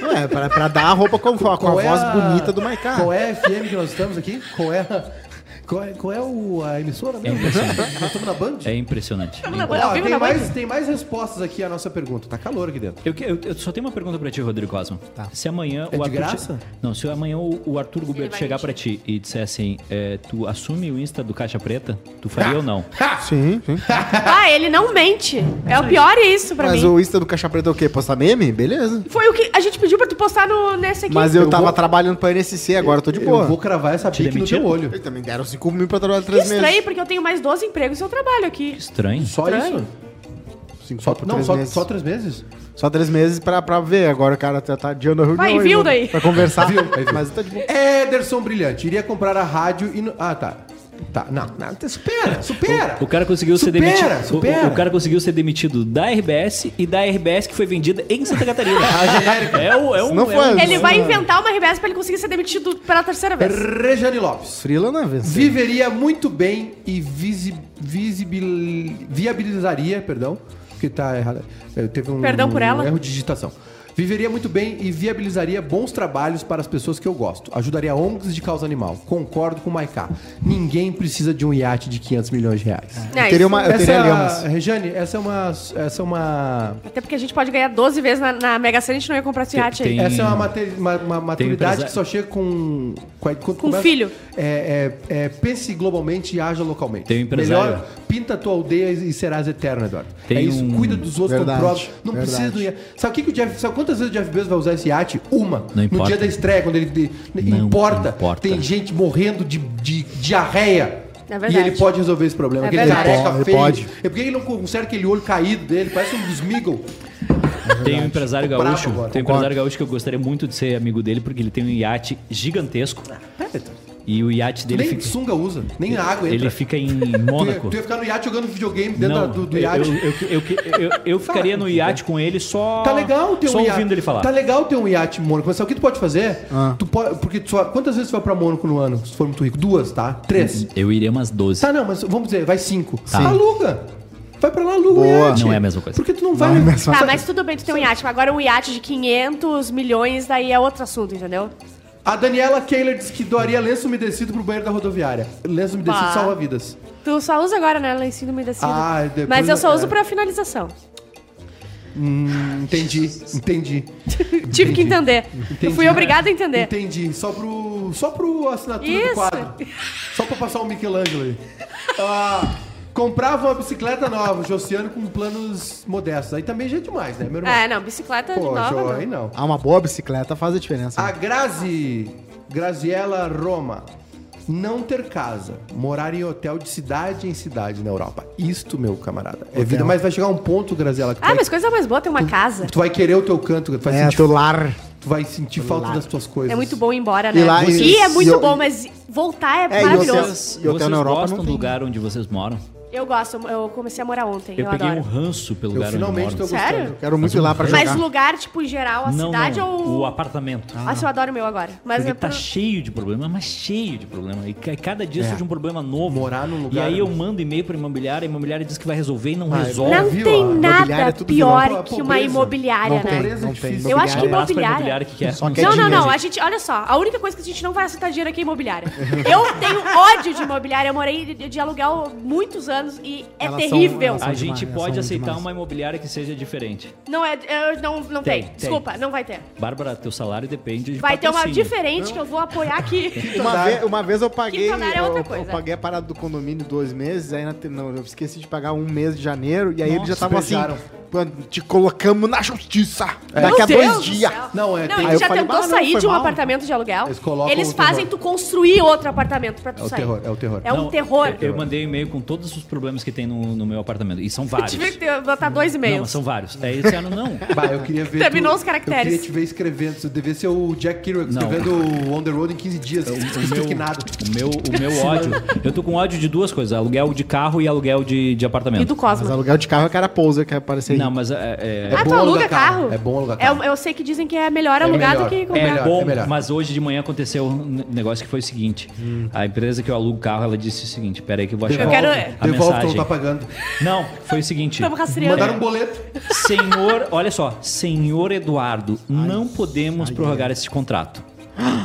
Não é, pra, pra dar a roupa com, com a Qual é voz a- bonita do Maiká. Qual é a FM que nós estamos aqui? Qual é a, qual é, qual é o- a emissora mesmo? nós estamos na Band? É impressionante. na Ó, Ao vivo tem, na Band? mais, tem mais respostas aqui à nossa pergunta. Tá calor aqui dentro. Eu, que- eu- eu só tenho uma pergunta pra ti, Rodrigo Cosma. Se amanhã É o de Arthur. graça? che- Não, se amanhã o, o Arthur Gilberto vai chegar pra ti e disser assim, é, tu assume o Insta do Caixa Preta, tu Ah. faria ou não? Sim, sim. Ah, ele não mente. É o pior isso pra Mas mim. o Insta do Caixa Preta é o quê? Postar meme? Beleza. Foi o que a gente pediu pra tu postar no, nesse aqui. Mas eu, Eu tava vou- trabalhando pra NSC, agora eu tô de boa. Eu vou cravar essa pique no demitiram? teu olho. Eles também deram 5 mil pra trabalhar Que 3 meses. estranho, porque eu tenho mais 12 empregos e eu trabalho aqui. Estranho. Só Estranho. isso? Cinco Só, por não, três só, meses. só três meses? Só três meses pra, pra ver. Agora o cara tá, tá adiando a reunião. Vai, aí, viu né? daí? [LAUGHS] Pra conversar. Viu, aí viu. Mas tá de boa. Ederson Brilhante, iria comprar a rádio e... no- Ah, tá. Tá, não, não, supera, supera. O cara conseguiu ser Supera, demitido. o- supera. O, o cara conseguiu ser demitido da RBS e da RBS que foi vendida em Santa [LAUGHS] Catarina. Ah, é, o, é um. Não é foi. um- Ele vai inventar uma RBS pra ele conseguir ser demitido pela é terceira vez. Rejane Lopes. Frila não é vencer. Viveria muito bem e visi- visibil- viabilizaria, perdão, porque tá errado. é, Teve um Perdão por ela. erro de digitação. Viveria muito bem e viabilizaria bons trabalhos para as pessoas que eu gosto. Ajudaria ONGs de causa animal. Concordo com o Maiká. Ninguém precisa de um iate de 500 milhões de reais. É, teria isso- uma, eu Essa teria é lemas. a, Regiane, essa é uma. Essa é uma. Até porque a gente pode ganhar 12 vezes na, na Mega Sena, a gente não ia comprar esse Tem- iate aí. tem- Essa é uma, mater- uma- uma maturidade empresa- que só chega com. Com, a- quando Com filho. É, é- é, pense globalmente e haja localmente. Tem um empresário. Melhor, pinta a tua aldeia e serás eterno, Eduardo. Tem é isso, um- cuida dos outros, Verdade, comprova. Não verdade. precisa do iate. Sabe, o que que o Jeff, sabe quantas vezes o Jeff Bezos vai usar esse iate? Uma. Não No importa. dia da estreia, quando ele. de- Não importa. importa. Tem gente morrendo de, de diarreia. É e verdade. ele pode resolver esse problema. É Aquele verdade. careca Ele feio. pode. É porque ele não conserta aquele olho caído dele, parece um dos Meagle. Tem um empresário Tô bravo gaúcho. agora. Tem um empresário gaúcho que eu gostaria muito de ser amigo dele, porque ele tem um iate gigantesco. E o iate dele nem É, fica, sunga usa, nem água entra. ele fica em Tu ia, Mônaco. [LAUGHS] tu ia ficar no iate jogando videogame dentro da- Não, do, do eu- iate. Eu, eu, eu, eu, [LAUGHS] eu ficaria no iate com ele só. Tá legal ter um Só iate. ouvindo ele falar. Tá legal ter um iate em Mônaco. Mas sabe o que tu pode fazer? Ah. Tu pode, porque tu só- quantas vezes tu vai pra Mônaco no ano? Se for muito rico? Duas, tá? Três. Eu iria umas 12. Tá, não, mas vamos dizer, vai cinco. Tá. Aluga. Vai pra lá, aluga o Boa. iate. Não é a mesma coisa. Porque tu não vai... é a mesma Tá, mas tudo bem, tu tem um iate. mas Agora um iate de 500 milhões, daí é outro assunto, entendeu? A Daniela Kehler disse que doaria lenço umedecido pro banheiro da rodoviária. Lenço umedecido Bah. salva vidas. Tu só usa agora, né? Lencinho umedecido. Ah, depois Mas eu só eu- uso é. pra finalização. Entendi, entendi. Tive que entender. Eu Entendi. fui obrigada a entender. Entendi. Só pro, só pro assinatura do Né? Isso. quadro. Só pra passar o Michelangelo aí. Ah, comprava uma bicicleta nova, Josiano com planos modestos. Aí também já é demais, né, meu irmão? É, não, bicicleta de Pô, nova. Jo, não. aí não. Ah, uma boa bicicleta faz a diferença. né? Ah, A Grazi, Graziella Roma. Não ter casa, morar em hotel de cidade em cidade na Europa. Isto, meu camarada, é vida. Mas vai chegar um ponto, Graziella, que tu, Ah, vai, mas coisa mais boa ter uma casa. tu vai querer o teu canto, tu vai, é, sentir, teu lar. tu vai sentir falta das tuas coisas. É muito bom ir embora, E né? lá- e, e- é muito e- bom, mas voltar é, É, e maravilhoso. Vocês, E hotel na Europa gostam não do tem. lugar onde vocês moram? é- Eu gosto, eu- eu comecei a morar ontem, eu, Eu, peguei um adoro. ranço pelo Eu lugar onde finalmente moro. tô Sério? gostando. Quero muito ir lá pra Mas jogar. lugar, tipo, em geral, a Não, cidade não, ou. Ah, o apartamento. Ah. Nossa, eu adoro o meu agora. Mas Porque é tá pro- cheio de problema, mas cheio de problema. E ca- cada dia surge um problema novo. É. Morar num lugar- Ah, é E aí eu mando e-mail pra imobiliária, a imobiliária diz que vai resolver e não resolve. Não Viu? tem A imobiliária é nada tudo pior vilão. A que uma pobreza. imobiliária, Não né? tem, não tem. Eu acho que Um abraço pra imobiliária. imobiliária que quer. um Só quer Não, não, dinheiro. não. é A gente, olha só, a única coisa que a gente não vai aceitar dinheiro aqui é imobiliária. [LAUGHS] Eu tenho ódio de imobiliária. Eu morei de, de aluguel nos anos e é Elas são- terrível. elas são- A é gente demais, pode são aceitar demais. uma imobiliária que seja diferente. Não é. eu não não Tem, tem, tem. Desculpa, não vai ter. Bárbara, teu salário depende de Vai ter uma patrocínio. diferente que eu vou apoiar aqui. Uma, ve- uma vez eu paguei. Quinto andar é eu- outra eu, coisa. paguei a parada do condomínio dois meses, aí na te- não, eu esqueci de pagar um mês de janeiro, e aí eles já Nossa, estavam assim. "Pô, Te colocamos na justiça! Meu Daqui a Deus dois do dias! céu. Não, é, tem- Não, a Aí eu gente já falei, tentou "Ah, não, sair foi de um mal." apartamento de aluguel. Eles colocam Eles o fazem terror. tu construir outro apartamento pra tu É o sair. terror, é o terror. É um terror. Eu, eu mandei um e-mail com todos os problemas que tem no, no meu apartamento. E [LAUGHS] são vários. Tive que ter- botar dois Não, mas e-mails. são vários. Aí eles disseram, não. [LAUGHS] Bah, eu queria ver. Terminou tu- os caracteres. Eu queria te ver escrevendo. Tu devia ser o Jack Kerouac Não. É escrevendo o On the Road em 15 dias. assim, Estuquinado. O meu, o [LAUGHS] meu ódio. Eu tô com ódio de duas coisas: aluguel de carro e aluguel de, de apartamento. E do Mas Cosmo. aluguel de carro é cara pousa que apareceu aí. Não, mas é. é- ah, bom tu aluga alugar carro. carro. É bom alugar É, carro. eu sei que dizem que é melhor alugar melhor, do que é é comprar. melhor, bom, é melhor. mas hoje de manhã aconteceu um negócio que foi o seguinte. A empresa que eu alugo carro, ela disse o seguinte, pera aí que eu vou achar Eu quero- é a Devolve que tu mensagem. não tá pagando. Não, foi o seguinte. Estamos rastreando. Mandaram um boleto. Senhor, olha só, senhor Eduardo, não podemos prorrogar esse contrato.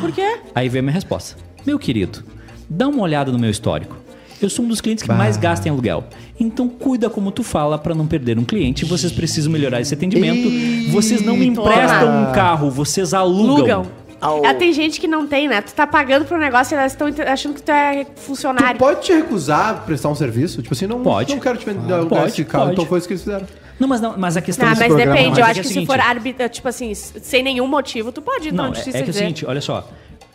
Por quê? Aí veio a minha resposta. Meu querido, dá uma olhada no meu histórico. Eu sou um dos clientes que mais gasta em aluguel. Então cuida como tu fala pra não perder um cliente. Vocês precisam melhorar esse atendimento. Vocês não me emprestam um carro, vocês alugam. Alugam. Ah, tem gente que não tem, né? Tu tá pagando pro negócio e elas estão achando que tu é Tu funcionário. pode te recusar a prestar um serviço? Tipo assim, não, Pode. não quero te vender alugar Pode, esse carro. pode. Então foi isso que eles fizeram. Não, mas, não, mas a questão Ah, desse mas programa- depende. Eu é acho é que, o se seguinte, for árbitra, tipo assim, s- sem nenhum motivo, tu pode ir Não, na é, justiça é que é o dizer. seguinte, olha só.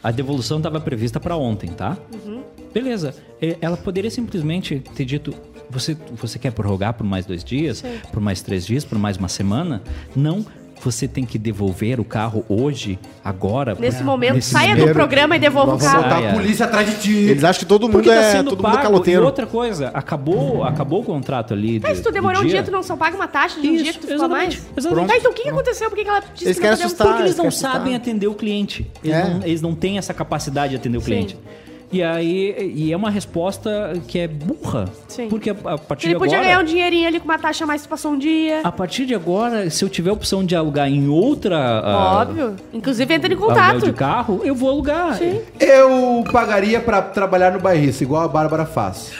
A devolução estava prevista para ontem, tá? Uhum. Beleza. E- Ela poderia simplesmente ter dito: você, você quer prorrogar por mais dois dias, por mais três dias, por mais uma semana? Não. Você tem que devolver o carro hoje, agora. Nesse porque- momento, é, nesse saia do momento. programa e devolva o Nós Vou Ah, carro. botar é. Tá a polícia atrás de ti. Eles acham que todo mundo Porque tá é sendo todo mundo pago. caloteiro. E outra coisa, acabou, acabou o contrato ali. Mas se tu demorou um dia, tu não só paga uma taxa de um dia que tu ficou a mais. exatamente, exatamente. Tá, então o que que aconteceu? Por que que ela disse Eles que não um querem podemos... assustar. Porque eles não quer assustar. sabem atender o cliente. Eles, É. não, eles não têm essa capacidade de atender o cliente. E aí e é uma resposta que é burra. Sim. Porque a, a partir Ele de podia agora... ganhar um dinheirinho ali com uma taxa mais, tu passou um dia. A partir de agora, se eu tiver a opção de alugar em outra... ah, Óbvio. Inclusive, entra em aluguel contato. Ah, de carro, eu vou alugar. Eu pagaria pra trabalhar no bairrista, igual a Bárbara [LAUGHS] faz.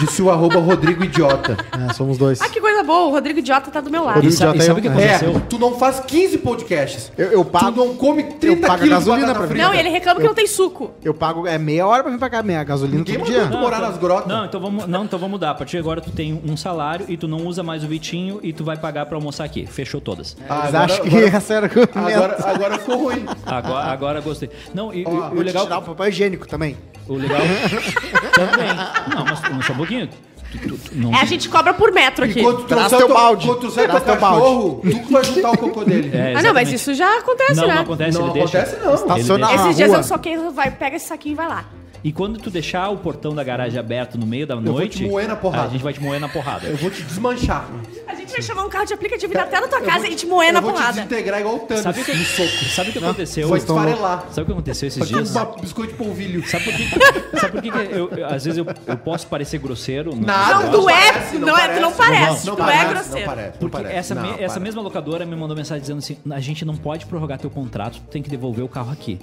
Disse o arroba Rodrigo Idiota. Ah, somos dois. Ah, que coisa boa. O Rodrigo Idiota tá do meu E, lado. Rodrigo sa- e Idiota sabe o é que um- É, aconteceu? tu não faz 15 podcasts. Eu, eu Tu pago. não come 30 pago quilos de gasolina batata pra mim. frita. Não, e ele é reclama que não tem suco. Eu pago. É meia hora pra vir pra cá, meia gasolina Ninguém todo mandou dia. tu morar nas grotas. Não, então vamos, não, então vamos mudar. A partir de agora tu tem um salário e tu não usa mais o Vitinho e tu vai pagar pra almoçar aqui. Fechou todas. Ah, Eles agora- acham que agora- essa era o argumento. Agora, agora ficou ruim. Ah, Agora, agora gostei. Não, e, e- Ó, o vou legal tirar o papel higiênico também. O legal. [LAUGHS] Também. Não, mas não, só um pouquinho. Tu- tu- tu- não- É, a gente cobra por metro aqui. Enquanto tu Traz trouxer teu teu- balde. Enquanto tu trouxer teu Traz teu cachorro, tu que vai juntar o cocô dele. É, Ah, não, mas exatamente. isso já acontece, Não, né? não acontece, Ah, Não ele deixa. acontece, não. Ele deixa. Estaciona- Esses na dias rua. eu só quem vai, pega esse saquinho e vai lá. E quando tu deixar o portão da garagem aberto no meio da te noite. moer na porrada. A gente vai te moer na porrada. Eu vou te desmanchar. A gente vai chamar um carro de aplicativo e ir até na tua casa e te moer na Eu vou te porrada. desintegrar igual o Thanos. É Sabe o que, sabe o que aconteceu? Vou Sabe esfarelar. o que aconteceu esses Vai dias? ter um biscoito de polvilho. Sabe por que, sabe por que, que eu, eu- às vezes eu, eu posso parecer grosseiro? não- Nada, Não, tu é- não é- tu não parece, Não tu é parece, grosseiro. Não parece, não Porque parece. essa, Não, me- essa parece. mesma locadora me mandou mensagem dizendo assim: a gente não pode prorrogar teu contrato, tu tem que devolver o carro aqui.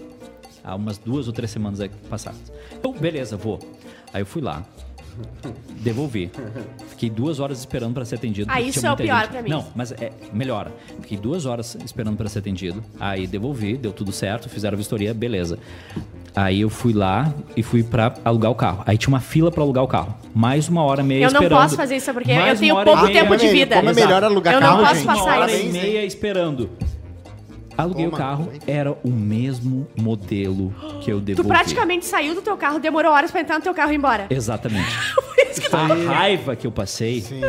Há umas duas ou três semanas aí passadas. Então, beleza, vou. Aí eu fui lá, devolvi. Fiquei duas horas esperando pra ser atendido. Ah, porque isso tinha é o muita pior gente. pra mim. Não, mas é, melhora. Fiquei duas horas esperando pra ser atendido. Aí devolvi, deu tudo certo, fizeram a vistoria, beleza. Aí eu fui lá e fui pra alugar o carro. Aí tinha uma fila pra alugar o carro. Mais uma hora e meia Eu não esperando. posso fazer isso, porque Mais eu uma tenho hora e pouco meia. tempo de vida. Como é melhor Exato. alugar Eu não carro, posso gente? passar uma hora isso. e meia esperando. Aluguei Toma, o carro, vem. era o mesmo modelo que eu [GASPS] Tu devolvi. praticamente saiu do teu carro, demorou horas pra entrar no teu carro e ir embora. Exatamente. [LAUGHS] Por isso [GASPS] que A raiva que eu passei, Sim.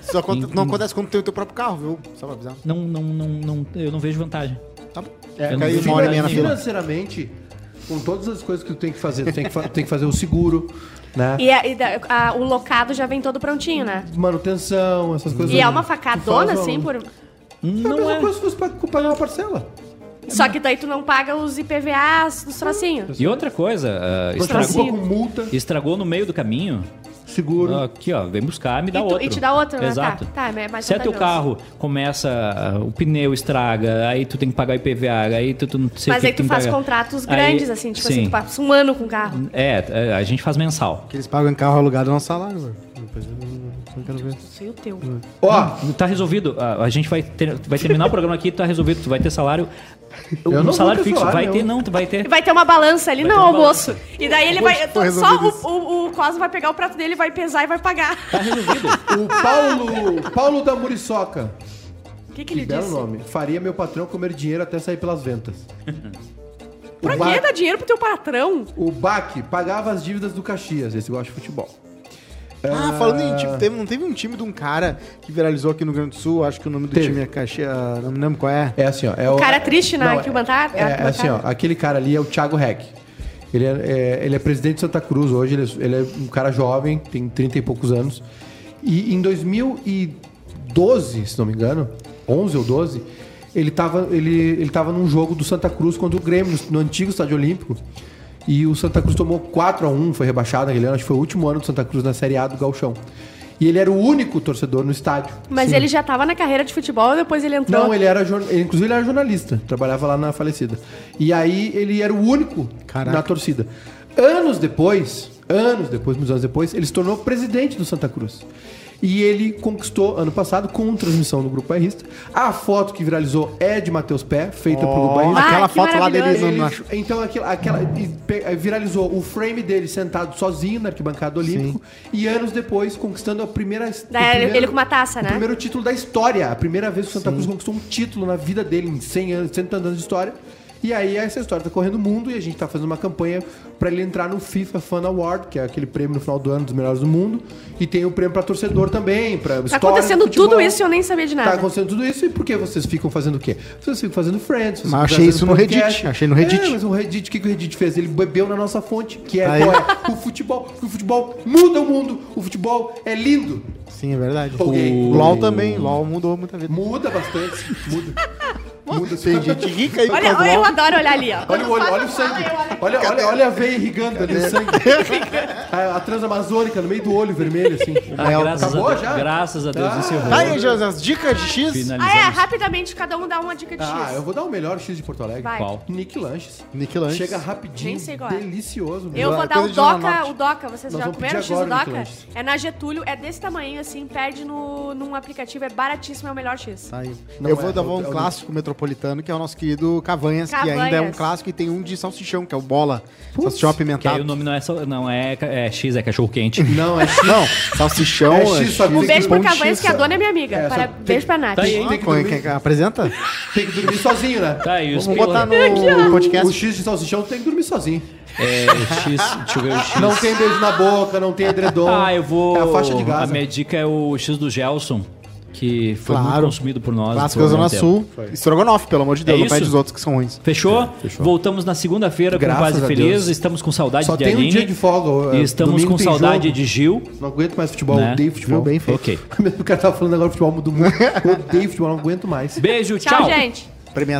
Isso aconte- não acontece quando tem o teu próprio carro, viu? Só pra avisar. não, não, não, não, eu não vejo vantagem. Tá bom. Eu É, não caiu vi uma hora e meia na nada. fila. Financeiramente, com todas as coisas que tu tem que fazer, tu tem que, fa- [LAUGHS] tem que fazer o seguro, né? E, a- e da- a- o locado já vem todo prontinho, né? Manutenção, essas coisas. E é uma Tu faz um- facadona, uma- um- assim, por... É a Não mesma é. coisa se fosse pra pagar uma parcela. Só que daí tu não paga os IPVAs, os trocinhos. E outra coisa, ah, Tu estragou, preocupa com multa, estragou no meio do caminho. Ah. seguro. Aqui, ó, vem buscar, me dá E tu- e outro. te dá outro, né? Exato. Tá, tá, é mais Se é teu vantajoso. carro, começa, ah, o pneu estraga, aí tu tem que pagar IPVA, aí tu, tu não sei o Mas que aí que tu tem que faz pagar. contratos Aí- grandes, assim, tipo assim, sim. tu passa um ano com o carro. É, é, a gente faz mensal. Que eles pagam em carro alugado no nosso salário, velho. Depois eu não quero ver. Sei o teu. Ó, [LAUGHS] Tá resolvido. A, a gente vai, ter- vai terminar o programa aqui, tá resolvido. Tu vai ter salário. Eu um não salário vou ter fixo. salário, vai ter, não. não, tu vai ter. Vai ter uma balança ali, não, ter uma almoço. E daí ele vai. foi Só resolvido isso. o, o, o Cosmo vai pegar o prato dele, vai pesar e [LAUGHS] vai pagar. Tá resolvido. o Paulo, Paulo da Muriçoca. O que, que Que ele belo disse? nome. Faria meu patrão comer dinheiro até sair pelas ventas. [LAUGHS] Pra né? o, que Ba- dar dinheiro pro teu patrão? o Baque pagava as dívidas do Caxias. Esse gosta de futebol. Ah, falando em time, teve, não teve um time de um cara que viralizou aqui no Rio Grande do Sul? Acho que o nome do Teve. time é Caxia. Não me lembro qual é. É assim, ó. É O cara triste na Não, é- arquibancada? É, é assim, ó. arquibancada. Aquele cara ali é o Thiago Heck. Ele é, é- ele é presidente de Santa Cruz hoje. Ele é, ele é um cara jovem, tem 30 e poucos anos. E em 2012, se não me engano, 11 ou 12, ele tava, ele, ele tava num jogo do Santa Cruz contra o Grêmio, no antigo Estádio Olímpico. E o Santa Cruz tomou 4 a 1 foi rebaixado naquele ano. Acho que foi o último ano do Santa Cruz na Série A do Galchão. E ele era o único torcedor no estádio. Mas ele já tava na carreira de futebol, depois ele entrou. Não, ele era jorna- ele, inclusive ele era jornalista, trabalhava lá na falecida. E aí ele era o único Caraca. na torcida. Anos depois, anos depois, muitos anos depois, ele se tornou presidente do Santa Cruz. E ele conquistou ano passado com transmissão do Grupo Bairrista. A foto que viralizou é de Matheus Pé, feita pelo Grupo Ó, Bairrista. aquela Ah, que foto lá maravilhoso. deles Ele- no, acho- então aquela, aquela- e pe- viralizou o frame dele sentado sozinho na arquibancada do olímpico e anos depois conquistando a primeira Daí o ele- ele com uma taça, o né? primeiro título da história, a primeira vez que o Santa Cruz conquistou um título na vida dele em 100 anos, 100 anos de história. E aí essa história tá correndo o mundo e a gente tá fazendo uma campanha pra ele entrar no FIFA Fan Award, que é aquele prêmio no final do ano dos melhores do mundo, e tem o prêmio pra torcedor também, para Tá acontecendo tudo isso e eu nem sabia de nada. Tá acontecendo tudo isso e por que vocês ficam fazendo o quê? Vocês ficam fazendo friends. vocês Mas ficam achei fazendo isso no Reddit, achei no Reddit. É, mas o Reddit, o que, que o Reddit fez? Ele bebeu na nossa fonte, que é, Aí. qual é? o futebol. Porque o futebol muda o mundo, o futebol é lindo. Sim, é verdade. Empolguei. O LOL também. LOL mudou muita vida. Muda bastante, muda. Muda Tem gente rica aí Olha, olha, eu adoro olhar ali, ó. Olha o olho, olha o sangue. Olha, olha, olha a veia irrigando ali o sangue. [LAUGHS] A, a transamazônica no meio do olho vermelho, assim. Ah, graças Acabou a Deus, já? Graças a Deus, Ah. encerrou. Tá aí, José, as dicas de X. é. Ah, é, Finalizamos. rapidamente, cada um dá uma dica de X. Ah, eu vou dar o melhor X de Porto Alegre. Vai. Qual? Nick Lanches. Nick Lanches. Chega rapidinho. Nem sei qual é. Delicioso. Eu Agora, vou dar coisa o de Zona Doca, Norte. o Doca, Nós vocês já vamos comeram pedir X do agora, Doca? Nicolas. É na Getúlio, é desse tamanho assim, pede no, num aplicativo, é baratíssimo, é o melhor X. Tá aí. Não eu é, vou dar é o- um é o- clássico metropolitano, que é o nosso querido Cavanhas, que ainda é um Cavanhas. clássico, e tem um de salsichão, que é o Bola. Salsichão Que aí apimentado. o nome não é, só- não é, ca- é X, é cachorro [LAUGHS] quente. Não, é X. Não, salsichão. É X, só Um Tem beijo que- pro pão de Cavanhas, X. que a dona é minha amiga. É, só Para- tem- Beijo pra Nath. Tá aí. Tem que Ah, como é que- dormir. apresenta? Tem que dormir sozinho, né? Tá aí, os Vamos pila- botar no O podcast. X de salsichão tem que dormir sozinho. É, X, deixa eu ver o X. Não tem beijo na boca, não tem edredom. Ah, eu vou. É a faixa de A gás. minha dica é o X do Gelson, que foi muito Claro. consumido por nós. Clássico por da um Zona tempo. Sul. Foi. Estrogonofe, pelo amor de Deus, É não pede isso? os outros que são ruins. Fechou? Voltamos na segunda-feira com É, Graças Quase a Feliz. Deus. Estamos com saudade Só de tem um Aline. dia de folga. E é, estamos domingo com tem saudade jogo. de Gil. Não aguento mais futebol, Né? odeio futebol. [LAUGHS] Viu? Bem feito. Ok. O cara tava falando agora do futebol muda muito. Odeio futebol, não aguento mais. Beijo, Tchau, tchau. gente. Premia